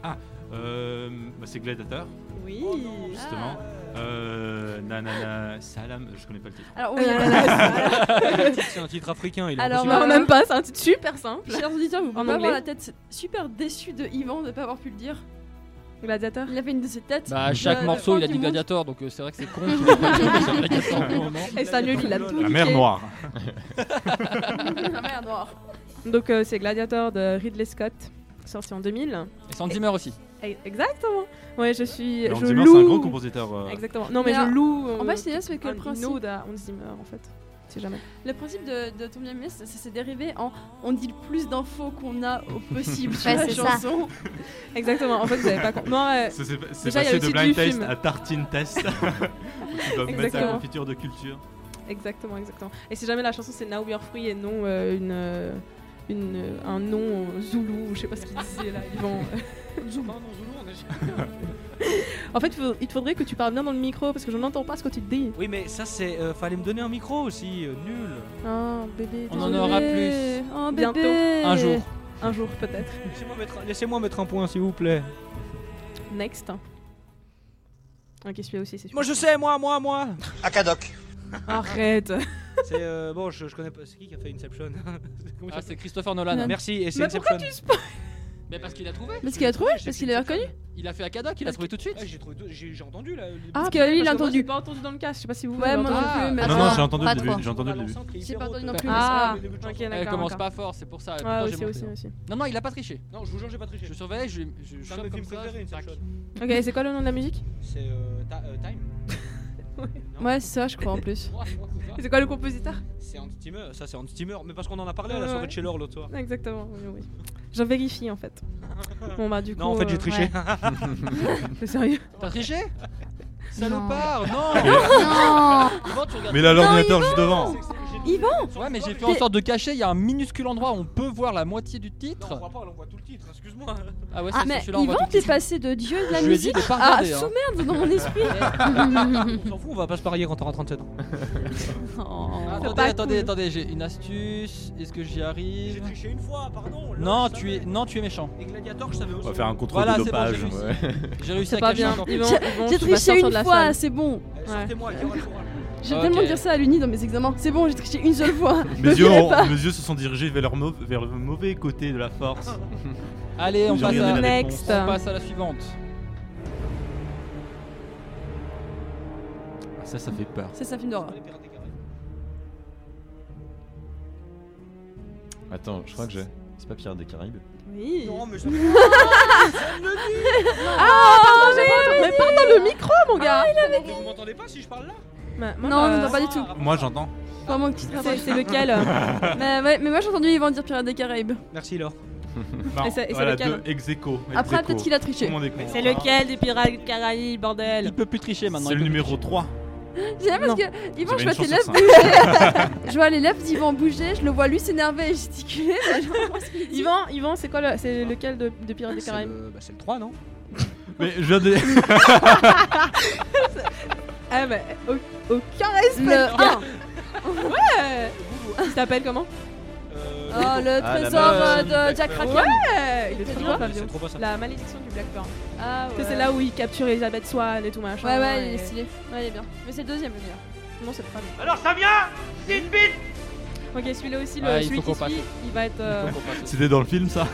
Speaker 9: Ah, euh, bah, c'est Gladiator.
Speaker 7: Oui.
Speaker 9: Justement.
Speaker 2: Ah.
Speaker 9: Euh, nanana, salam, je connais pas le titre.
Speaker 13: Alors, oui, nanana,
Speaker 9: c'est un titre africain, il est
Speaker 13: Alors,
Speaker 9: impossible.
Speaker 13: euh,
Speaker 7: Même pas, c'est un titre super simple.
Speaker 13: Chers auditeurs, vous pouvez
Speaker 7: En
Speaker 13: pas
Speaker 7: anglais.
Speaker 13: avoir la tête super déçue de Yvan de pas avoir pu le dire.
Speaker 7: Gladiateur
Speaker 13: Il avait une de ses têtes.
Speaker 5: Bah, à
Speaker 13: Euh,
Speaker 5: chaque
Speaker 13: la
Speaker 5: morceau,
Speaker 13: fin
Speaker 5: il a
Speaker 13: du
Speaker 5: dit
Speaker 13: monde.
Speaker 5: Gladiator, donc euh, c'est vrai que c'est con. qu'il ait pas dit que c'est un Gladiator au moment.
Speaker 7: Et ça, nul, Bah, il a tout
Speaker 9: La mer
Speaker 7: niqué.
Speaker 9: Noire.
Speaker 13: La mer noire.
Speaker 7: Donc euh, c'est Gladiator de Ridley Scott, sorti en 2000.
Speaker 5: Et Hans Zimmer aussi.
Speaker 7: Eh, Exactement. Ouais, je suis.
Speaker 10: Mais Hans
Speaker 7: je
Speaker 10: Zimmer, c'est
Speaker 7: loue-
Speaker 10: un gros compositeur, euh.
Speaker 7: Exactement. Non, mais,
Speaker 13: Mais alors,
Speaker 7: je loue.
Speaker 13: en fait, c'est juste que le
Speaker 7: un
Speaker 13: principe-
Speaker 7: ode à Hans Zimmer, en fait. Si jamais.
Speaker 13: Le principe de, de Tom Yam Yes, ça s'est dérivé en on dit le plus d'infos qu'on a au possible sur
Speaker 7: Ouais,
Speaker 13: la
Speaker 7: c'est ça.
Speaker 13: chanson.
Speaker 7: Exactement. En fait, vous avez pas compris. Non, ouais.
Speaker 9: Ça, C'est c'est
Speaker 7: Déjà, il y
Speaker 9: passé
Speaker 7: a le
Speaker 9: de
Speaker 7: titre
Speaker 9: blind
Speaker 7: du
Speaker 9: test
Speaker 7: film.
Speaker 9: à tartine test. tu dois mettre ta
Speaker 7: Exactement.
Speaker 9: confiture de culture.
Speaker 7: Exactement, exactement. Et si jamais la chanson c'est Now We Are Free et non euh, une, euh, une, euh, un nom euh, zoulou, ou je sais pas ce qu'il disait là, Yvan. en fait, faut- il te faudrait que tu parles bien dans le micro parce que je n'entends pas ce que tu te dis.
Speaker 14: Oui, mais ça, c'est. euh, fallait me donner un micro aussi, euh, nul.
Speaker 7: Ah, bébé.
Speaker 14: On en aura
Speaker 7: désolé.
Speaker 14: plus.
Speaker 13: Oh,
Speaker 7: Bientôt.
Speaker 14: bébé. Un jour.
Speaker 7: Un jour, peut-être.
Speaker 14: Laissez-moi mettre, laissez-moi mettre un point, s'il vous plaît.
Speaker 7: Next. Ah, Ok, celui-là aussi, c'est
Speaker 14: Moi, je sais, moi, moi, moi.
Speaker 7: Akadok. Arrête.
Speaker 14: C'est. euh, bon, je, je connais pas. C'est qui qui a fait Inception Comment il
Speaker 5: Ah,
Speaker 14: s'appelle
Speaker 5: c'est Christopher Nolan.
Speaker 14: Merci, et c'est
Speaker 5: Mais
Speaker 14: Inception.
Speaker 5: pourquoi Mais parce qu'il a trouvé.
Speaker 13: Parce qu'il a trouvé Parce qu'il a reconnu
Speaker 5: Il a fait Akadok, il a trouvé tout de
Speaker 1: Ah,
Speaker 5: suite.
Speaker 14: Ah, j'ai trouvé, j'ai entendu là.
Speaker 13: Parce que lui, il a
Speaker 7: moi,
Speaker 13: entendu.
Speaker 7: j'ai pas entendu dans le casque, je sais pas si vous.
Speaker 13: Ouais,
Speaker 7: vous
Speaker 13: moi
Speaker 7: l'entendez.
Speaker 13: non plus, mais-
Speaker 9: Ah, non,
Speaker 13: Ah,
Speaker 9: non, j'ai entendu
Speaker 13: pas
Speaker 9: le début.
Speaker 13: trop.
Speaker 9: J'ai entendu le début.
Speaker 13: J'ai pas entendu non plus.
Speaker 7: Ah,
Speaker 13: mais
Speaker 7: ok,
Speaker 13: c'est vrai,
Speaker 5: Elle
Speaker 7: d'accord.
Speaker 5: commence
Speaker 7: d'accord.
Speaker 5: pas fort, c'est pour ça.
Speaker 7: Ouais,
Speaker 5: pourtant, j'ai
Speaker 7: aussi,
Speaker 5: montré.
Speaker 7: aussi, aussi.
Speaker 5: Non, non, il a pas triché.
Speaker 14: Non, je vous jure, j'ai pas triché.
Speaker 5: Je surveillais, je, je, je
Speaker 14: C'est un de
Speaker 5: chope
Speaker 14: mes
Speaker 5: comme
Speaker 14: films
Speaker 5: ça.
Speaker 14: préférés, Inception.
Speaker 7: Ok, c'est quoi le nom de la musique
Speaker 14: C'est euh, Ta- euh, Time.
Speaker 13: Ouais, c'est ça, je crois en plus.
Speaker 7: Et c'est quoi le compositeur
Speaker 14: C'est Hans Zimmer, ça c'est Hans Zimmer, mais parce qu'on en a parlé à
Speaker 7: Ouais,
Speaker 14: la soirée
Speaker 7: ouais.
Speaker 14: de chez Laure l'autre soir.
Speaker 7: Ah, Exactement, oui, oui. Je vérifie en fait. Bon bah du coup.
Speaker 14: Non, en fait, j'ai
Speaker 7: euh,
Speaker 14: triché.
Speaker 7: ouais. T'es sérieux
Speaker 5: T'as triché Salopard, non
Speaker 7: Non.
Speaker 5: Yvan, tu regardes-
Speaker 9: Mais là, l'ordinateur juste devant.
Speaker 5: Yvan Ouais, mais j'ai fait en sorte de cacher, il y a un minuscule endroit où on peut voir la moitié du titre.
Speaker 14: On voit pas, on voit tout le titre, excuse-moi.
Speaker 5: Ah ouais, c'est
Speaker 13: Ah, mais
Speaker 5: celui-là, on voit
Speaker 13: Yvan,
Speaker 5: tout.
Speaker 13: t'es passé de dieu de la
Speaker 5: Je lui ai dit
Speaker 13: musique
Speaker 5: de pas
Speaker 13: à
Speaker 5: regarder, hein.
Speaker 13: sous-merde dans mon esprit.
Speaker 2: Ah
Speaker 14: on s'en fout, on va pas se parier quand t'auras 37 ans.
Speaker 5: Ah,
Speaker 14: C'est
Speaker 5: Attendez,
Speaker 14: pas
Speaker 5: attendez,
Speaker 14: cool.
Speaker 5: attendez, j'ai une astuce. Est-ce que j'y arrive
Speaker 14: Triché une fois, pardon.
Speaker 5: Non, tu es, non, tu es méchant.
Speaker 14: Les gladiateurs, je savais aussi.
Speaker 5: On va
Speaker 9: faire un contrôle
Speaker 5: Voilà,
Speaker 9: de
Speaker 5: c'est bon,
Speaker 9: dopage.
Speaker 5: j'ai réussi.
Speaker 9: ouais.
Speaker 5: J'ai réussi
Speaker 13: C'est
Speaker 5: à
Speaker 13: pas
Speaker 5: cacher
Speaker 13: bien.
Speaker 5: encore.
Speaker 13: J'ai- J'ai triché une fois, c'est bon.
Speaker 14: Eh, Sortez-moi,
Speaker 13: J'ai
Speaker 5: Ok.
Speaker 13: tellement dire ça à l'uni dans mes examens. C'est bon, j'ai triché une seule fois.
Speaker 9: Mes
Speaker 13: Me
Speaker 9: yeux,
Speaker 13: virez
Speaker 9: ont-
Speaker 13: pas.
Speaker 9: mes yeux se sont dirigés vers, leur mau- vers le mauvais côté de la force.
Speaker 5: Allez, on
Speaker 9: J'ai
Speaker 5: passe,
Speaker 9: regardé
Speaker 5: à...
Speaker 9: la réponse.
Speaker 5: on passe à la suivante.
Speaker 9: Ah, Ça, ça fait peur.
Speaker 13: C'est ça, film d'horreur.
Speaker 10: Attends, je crois que j'ai. C'est pas Pirates des Caraïbes
Speaker 7: Oui. Non,
Speaker 14: mais ça
Speaker 7: Ah, pardon, j'ai pas entendu. Mais parle dans le micro, mon gars. Bah,
Speaker 13: Ah, il avait dit.
Speaker 14: Vous m'entendez pas si je parle là
Speaker 13: Non, on n'entend pas du tout.
Speaker 9: Moi, j'entends.
Speaker 13: Pas moi que tu te rapproches.
Speaker 7: c'est lequel euh
Speaker 13: Bah ouais, Mais moi j'ai entendu Yvan dire Pirates des Caraïbes.
Speaker 14: Merci Laure.
Speaker 9: Non,
Speaker 7: Et c'est- et c'est
Speaker 9: voilà,
Speaker 7: lequel
Speaker 9: deux ex aequo, ex
Speaker 13: Après,
Speaker 9: aequo.
Speaker 13: peut-être qu'il a triché.
Speaker 9: Tout le monde est con.
Speaker 7: C'est lequel des Pirates des Caraïbes, bordel
Speaker 5: Il peut plus
Speaker 10: Ah,
Speaker 5: tricher maintenant.
Speaker 9: C'est le numéro 3.
Speaker 13: J'aime parce que Yvan,
Speaker 9: J'avais une
Speaker 13: je vois tes
Speaker 9: chance
Speaker 13: lèvres
Speaker 9: sur
Speaker 13: bouger. je vois les lèvres d'Yvan bouger, je le vois lui s'énerver et gesticuler. mais je comprends pas ce qu'il dit.
Speaker 7: Yvan, Yvan, c'est quoi le, c'est lequel de, de Pirates des Caraïbes
Speaker 14: Bah, c'est le 3, non
Speaker 9: Mais je viens de.
Speaker 7: Ah bah, au- aucun respect.
Speaker 13: Le un.
Speaker 7: ouais. Il s'appelle comment
Speaker 13: Ah, le
Speaker 7: Ah, la malédiction
Speaker 13: trésor euh,
Speaker 7: du
Speaker 13: de
Speaker 7: Black
Speaker 13: Jack
Speaker 7: Pearl. Ouais,
Speaker 13: Kraken.
Speaker 7: il est trop
Speaker 13: C'est
Speaker 7: bien,
Speaker 13: trop-
Speaker 7: Fabio.
Speaker 13: c'est trop beau, ça.
Speaker 7: La malédiction du Black Pearl.
Speaker 13: Ah
Speaker 7: Ça,
Speaker 13: ouais.
Speaker 7: C'est là où il capture Elizabeth Swan et tout machin.
Speaker 13: Ouais, ouais, il est
Speaker 7: et-
Speaker 13: stylé. Ouais, il est bien. Mais c'est le deuxième le meilleur.
Speaker 7: Non, c'est pas bien.
Speaker 14: Alors ça vient Vite, vite,
Speaker 7: Ok, celui-là aussi, le,
Speaker 5: Ah, il
Speaker 7: celui
Speaker 5: faut
Speaker 7: qui
Speaker 5: qu'on passe.
Speaker 7: suit, il va être. euh,
Speaker 9: C'était dans le film ça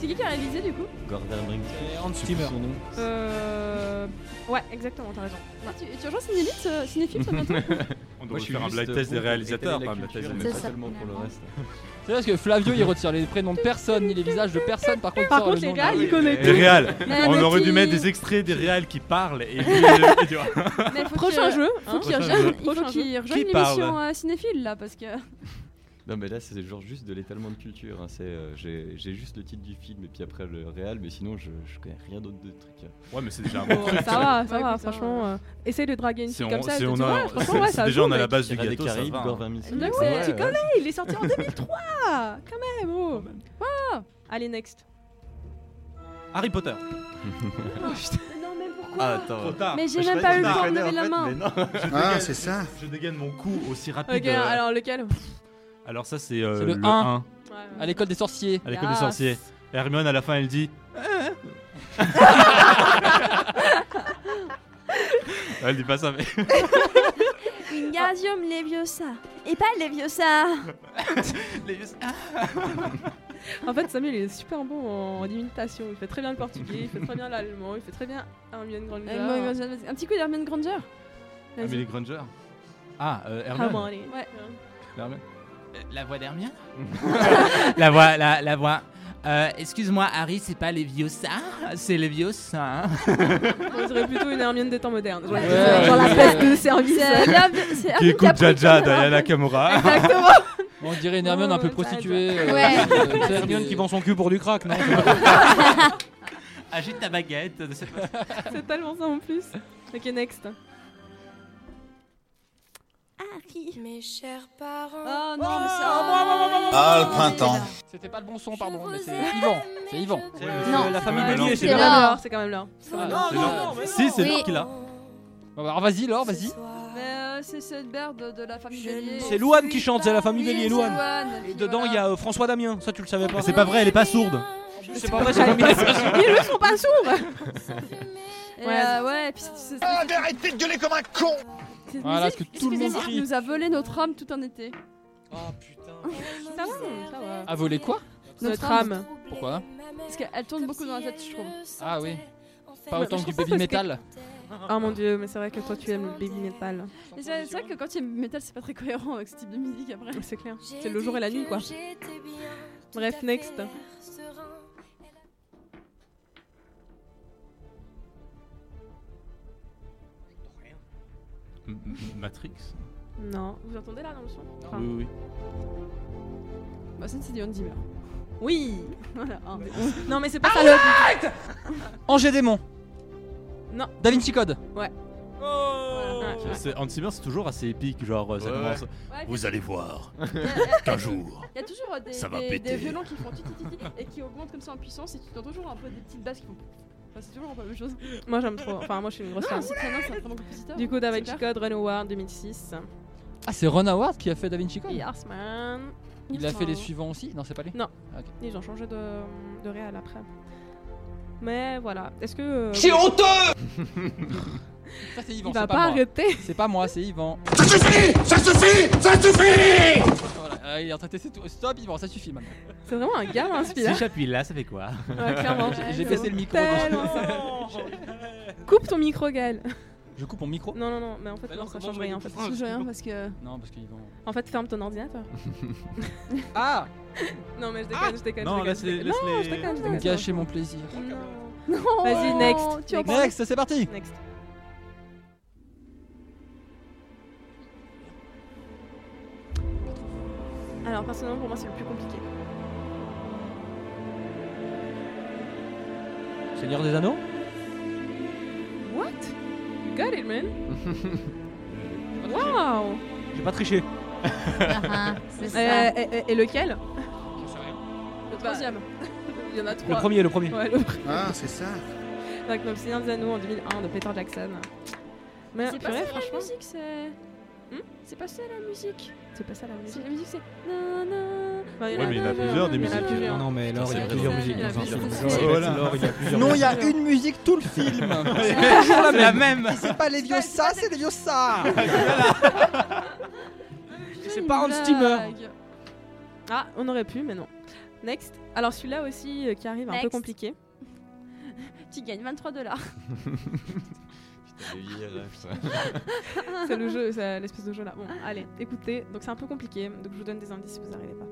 Speaker 7: C'est qui qui a réalisé du coup
Speaker 10: Gordon Brink.
Speaker 5: Hans Zimmer. Son nom.
Speaker 7: Euh. Ouais, exactement, t'as raison.
Speaker 13: Ah, tu, tu rejoins Cinélite, euh, Cinéphile, toi, bientôt
Speaker 9: On
Speaker 10: Moi,
Speaker 9: devrait
Speaker 10: je suis
Speaker 9: faire un
Speaker 10: juste euh,
Speaker 9: blind test
Speaker 10: pour
Speaker 9: des réalisateurs,
Speaker 10: étaler la
Speaker 9: pas un blind test
Speaker 10: culture,
Speaker 9: des
Speaker 10: mais
Speaker 9: mecs.
Speaker 10: pas tellement pour le reste.
Speaker 5: C'est parce que Flavio il retire les prénoms de personne, ni les visages de personne. Par contre,
Speaker 7: Par
Speaker 5: il sort
Speaker 7: contre,
Speaker 5: le
Speaker 7: les
Speaker 5: nom
Speaker 7: gars,
Speaker 5: de-
Speaker 7: ils connaissent
Speaker 9: Des réals
Speaker 7: Mais
Speaker 9: On
Speaker 7: mais
Speaker 9: aurait dû
Speaker 7: qui-
Speaker 9: mettre des extraits des réals qui parlent et puis. euh, tu vois.
Speaker 13: Mais faut
Speaker 7: Prochain
Speaker 13: que-
Speaker 7: jeu,
Speaker 13: Faut
Speaker 7: hein.
Speaker 13: qu'il
Speaker 9: Prochain
Speaker 13: rejoigne
Speaker 9: jeu.
Speaker 13: il faut
Speaker 7: Prochain
Speaker 13: qu'il
Speaker 7: jeu.
Speaker 13: rejoigne
Speaker 10: Qui parle
Speaker 7: hein.
Speaker 13: l'émission euh, Cinéphile, là, parce que.
Speaker 10: Non, mais là, c'est genre juste de l'étalement de culture. hein. C'est, euh, j'ai j'ai juste le titre du film et puis après le réel, mais sinon, je, je connais rien d'autre de truc. hein.
Speaker 9: Ouais, mais c'est déjà un bon
Speaker 7: Ça va, ça va, franchement. euh, Essaye de draguer une
Speaker 10: Si
Speaker 7: fille
Speaker 10: on-
Speaker 7: comme ça.
Speaker 10: si
Speaker 7: tu-
Speaker 10: on
Speaker 7: tu
Speaker 10: a-
Speaker 7: vois, franchement, ouais,
Speaker 10: si
Speaker 7: ça
Speaker 10: déjà
Speaker 7: joue,
Speaker 10: on a la
Speaker 7: mec.
Speaker 10: base du Pirates des gâteau, ça Caraïbes, va, hein. Gorvin
Speaker 9: Miss.
Speaker 7: Mais
Speaker 10: Ouais,
Speaker 7: ouais, tu
Speaker 10: ouais.
Speaker 7: connais, il est sorti en 2003 Quand même, oh Ah. Allez, next.
Speaker 14: Harry Potter.
Speaker 13: non, mais pourquoi
Speaker 10: Ah, attends. Trop tard.
Speaker 13: Mais j'ai
Speaker 9: Je
Speaker 13: même
Speaker 9: croyais que
Speaker 13: pas eu le
Speaker 9: tu
Speaker 13: temps de
Speaker 9: connais,
Speaker 13: lever
Speaker 9: en
Speaker 13: la
Speaker 9: fait,
Speaker 13: main.
Speaker 9: mais non. Je
Speaker 15: Ah,
Speaker 9: dégaine-
Speaker 15: c'est ça.
Speaker 9: Je dégaine mon coup aussi rapide.
Speaker 7: Ok,
Speaker 9: euh,
Speaker 7: alors lequel
Speaker 9: Alors, ça, c'est euh,
Speaker 5: C'est
Speaker 9: le
Speaker 5: le
Speaker 9: 1
Speaker 5: 1 à l'école des sorciers.
Speaker 9: à l'école des
Speaker 7: Yes.
Speaker 9: sorciers. Hermione, à la fin, elle dit. Elle dit pas ça, mais.
Speaker 13: Wingardium Leviosa. Et pas Leviosa.
Speaker 7: En fait, Samuel il est super bon en imitation. Il fait très bien le portugais, il fait très bien l'allemand, il fait très bien Hermione Granger.
Speaker 13: Hermione Granger, vas-y. Un petit coup d'Hermione Granger.
Speaker 9: Ah, mais les Granger. Ah, euh,
Speaker 7: Ah bon,
Speaker 9: Hermione.
Speaker 7: allez.
Speaker 13: Ouais.
Speaker 9: Hermione.
Speaker 16: La voix d'Hermione La voix, la, la voix. Euh, Excuse-moi, Harry, c'est pas les vieux ça C'est les vieux ça.
Speaker 7: On dirait plutôt une Hermione des temps modernes. Genre,
Speaker 16: Ouais.
Speaker 7: genre la
Speaker 16: Ouais.
Speaker 7: presse de service.
Speaker 13: C'est Hermione- c'est
Speaker 9: Qui
Speaker 13: Hermione
Speaker 9: écoute
Speaker 13: Capricorn.
Speaker 9: Jaja d'Aya Nakamura.
Speaker 5: On dirait une Hermione un peu prostituée. euh,
Speaker 16: Ouais.
Speaker 5: euh,
Speaker 14: C'est Hermione qui vend son cul pour du crack, non
Speaker 16: Agite ta baguette. de cette façon.
Speaker 7: C'est tellement ça en plus. Ok, next.
Speaker 3: Mes chers parents.
Speaker 13: Oh non, mais c'est.
Speaker 7: Ah,
Speaker 15: Ah, le printemps.
Speaker 5: C'était pas le bon son, pardon, mais c'est Yvan. C'est Yvan.
Speaker 14: Non. La
Speaker 13: Ah,
Speaker 14: famille Bélier,
Speaker 7: C'est
Speaker 14: c'est
Speaker 7: quand même
Speaker 14: là.
Speaker 7: l'or, c'est quand même l'or.
Speaker 5: Ah,
Speaker 14: non,
Speaker 5: Laure.
Speaker 14: non, mais
Speaker 5: Si, c'est
Speaker 8: Oui.
Speaker 5: Laure qui l'a. Bon, bah, alors, vas-y, Laure, vas-y.
Speaker 13: Mais euh, c'est cette merde de la famille Bélier.
Speaker 14: C'est Louane qui chante, c'est la famille Bélier,
Speaker 13: Oui, c'est
Speaker 14: Louane.
Speaker 13: Louane,
Speaker 14: Et
Speaker 13: puis
Speaker 14: dedans, il
Speaker 13: voilà.
Speaker 14: y a euh, François Damien, ça tu le savais pas.
Speaker 9: C'est pas vrai, elle est pas sourde.
Speaker 14: C'est pas vrai, c'est famille
Speaker 5: Ah.
Speaker 7: Ils le sont pas sourds
Speaker 13: Et,
Speaker 7: Ouais.
Speaker 13: euh, ouais, et puis c'est- c'est-
Speaker 15: Ah, mais arrêtez de gueuler comme un con
Speaker 13: cette
Speaker 5: Voilà,
Speaker 13: musique-
Speaker 5: ce que
Speaker 13: cette
Speaker 5: tout le monde
Speaker 13: musique
Speaker 5: crie.
Speaker 13: nous a volé notre âme tout un été.
Speaker 7: Ça va, ça va.
Speaker 5: À voler quoi
Speaker 7: Notre âme.
Speaker 5: Pourquoi
Speaker 13: Parce qu'elle tourne beaucoup dans la tête, je trouve.
Speaker 5: Ah oui. Pas autant
Speaker 7: je
Speaker 5: que du
Speaker 7: trouve
Speaker 5: baby
Speaker 7: ça parce que-
Speaker 5: metal.
Speaker 7: Oh mon dieu, mais c'est vrai que toi tu aimes le baby metal.
Speaker 13: Et C'est c'est vrai que quand il y a métal, c'est pas très cohérent avec ce type de musique après.
Speaker 7: C'est clair. C'est le jour et la nuit quoi. Bref, next.
Speaker 9: M- M- Matrix
Speaker 7: Non. Vous entendez là dans le son
Speaker 5: Ah,
Speaker 7: Enfin,
Speaker 9: Oui, oui.
Speaker 13: Bah, ça, c'est du Hans Zimmer.
Speaker 7: Oui Voilà, un des- Non mais c'est pas ça le...
Speaker 5: Angers Démon.
Speaker 7: Non.
Speaker 5: Da Vinci Code.
Speaker 7: Ouais. Voilà, ouais, ouais.
Speaker 9: C'est- Hans Zimmer, c'est toujours assez épique, genre euh, ça
Speaker 10: Ouais,
Speaker 9: commence.
Speaker 13: Ouais,
Speaker 9: Vous allez voir qu'un jour.
Speaker 13: Il y a toujours euh, des,
Speaker 9: Ça va
Speaker 13: des-
Speaker 9: péter.
Speaker 13: des violons qui font titi titi et qui augmentent comme ça en puissance et tu entends toujours un peu des petites basses qui font. Enfin, c'est toujours un peu la même chose.
Speaker 7: Moi j'aime trop. Enfin moi je suis une grosse
Speaker 13: Non,
Speaker 7: fan.
Speaker 13: Ah, c'est très bien, c'est un très bon compositeur.
Speaker 7: Du coup, Da
Speaker 13: C'est
Speaker 7: Vinci
Speaker 13: clair.
Speaker 7: Code, Run Award 2006.
Speaker 5: Ah, c'est Ron Howard qui a fait Da Vinci Code
Speaker 7: Et Arsman.
Speaker 5: Il a fait les suivants aussi Non, c'est pas lui
Speaker 7: Non.
Speaker 5: Ah, ok.
Speaker 7: Ils ont changé de, de réal après. Mais voilà. Est-ce que. euh,
Speaker 1: C'est
Speaker 7: vous-
Speaker 1: honteux
Speaker 5: Ça, c'est Yvan,
Speaker 7: Il va
Speaker 5: c'est
Speaker 7: pas,
Speaker 5: pas moi.
Speaker 7: arrêter
Speaker 5: C'est pas moi, c'est Yvan.
Speaker 1: Ça suffit Ça suffit Ça suffit
Speaker 5: Voilà, euh, il est en train de tester tout. Stop, Yvan, ça suffit maintenant.
Speaker 7: C'est vraiment un gars inspiré.
Speaker 16: Si j'appuie là, ça fait quoi
Speaker 7: Ouais, clairement.
Speaker 5: J'ai- J'ai baissé le micro.
Speaker 7: Tellement ça. Coupe ton micro, Gaël.
Speaker 5: Je coupe mon micro
Speaker 7: Non, non, non, mais en fait,
Speaker 5: Bah
Speaker 7: non,
Speaker 5: non,
Speaker 7: ça
Speaker 5: comment
Speaker 7: change
Speaker 5: je vais
Speaker 7: rien. En
Speaker 5: couper
Speaker 7: fait.
Speaker 13: Ça change rien parce que.
Speaker 5: Non, parce que Yvan.
Speaker 7: en fait, ferme ton ordinateur.
Speaker 5: Ah
Speaker 7: Non, mais je déconne, je déconne.
Speaker 9: Non,
Speaker 7: je déconne,
Speaker 9: laisse
Speaker 7: je
Speaker 9: les.
Speaker 7: déconne.
Speaker 9: Laisse
Speaker 7: Non,
Speaker 9: les...
Speaker 7: je déconne, je
Speaker 5: Vous me
Speaker 7: déconne.
Speaker 5: gâchez mon plaisir.
Speaker 13: Non
Speaker 7: Vas-y, next.
Speaker 13: Tu en
Speaker 7: Next.
Speaker 13: penses
Speaker 5: Next, c'est parti
Speaker 7: Next. Alors, personnellement, pour moi, c'est le plus compliqué.
Speaker 14: Seigneur des Anneaux
Speaker 7: What? You got it, man! Wow!
Speaker 14: J'ai pas triché.
Speaker 8: C'est
Speaker 7: Euh, et, et- et lequel?
Speaker 13: Le troisième.
Speaker 7: Il y en a trois.
Speaker 14: Le premier, le premier.
Speaker 7: Ouais, le premier.
Speaker 15: Ah, c'est ça.
Speaker 7: Donc, Le Seigneur des Anneaux en 2001 de Peter Jackson. Mais
Speaker 13: C'est pas
Speaker 7: purée,
Speaker 13: ça la
Speaker 7: franchement,
Speaker 13: musique, c'est.
Speaker 7: Hmm
Speaker 13: C'est pas ça la musique.
Speaker 7: c'est pas ça la
Speaker 13: C'est-
Speaker 7: musique.
Speaker 13: La musique, c'est. Na, na.
Speaker 7: Enfin,
Speaker 9: Ouais, mais il y en a
Speaker 7: plusieurs,
Speaker 9: plusieurs, des
Speaker 7: il y en a
Speaker 9: musiques.
Speaker 7: plusieurs.
Speaker 14: Non, non, mais Laure, il y a
Speaker 7: c'est
Speaker 14: plusieurs
Speaker 7: vrai,
Speaker 14: musiques
Speaker 7: il y a
Speaker 14: dans un
Speaker 7: plusieurs
Speaker 14: film.
Speaker 7: musiques.
Speaker 14: Ouais,
Speaker 9: Voilà.
Speaker 14: Laure, il y a plusieurs
Speaker 5: Non, il y
Speaker 14: musiques.
Speaker 5: a une musique tout le film
Speaker 9: C'est la même
Speaker 5: C'est pas les vieux ça, c'est les vieux ça
Speaker 17: pas Hans Zimmer.
Speaker 7: Ah, on aurait pu, mais non. Next. Alors celui-là aussi euh, qui arrive un peu
Speaker 13: Next.
Speaker 7: compliqué.
Speaker 13: Tu gagnes 23 dollars.
Speaker 7: c'est le jeu, c'est l'espèce de jeu là. Bon, allez, écoutez. Donc c'est un peu compliqué. Donc je vous donne des indices si vous n'arrivez pas.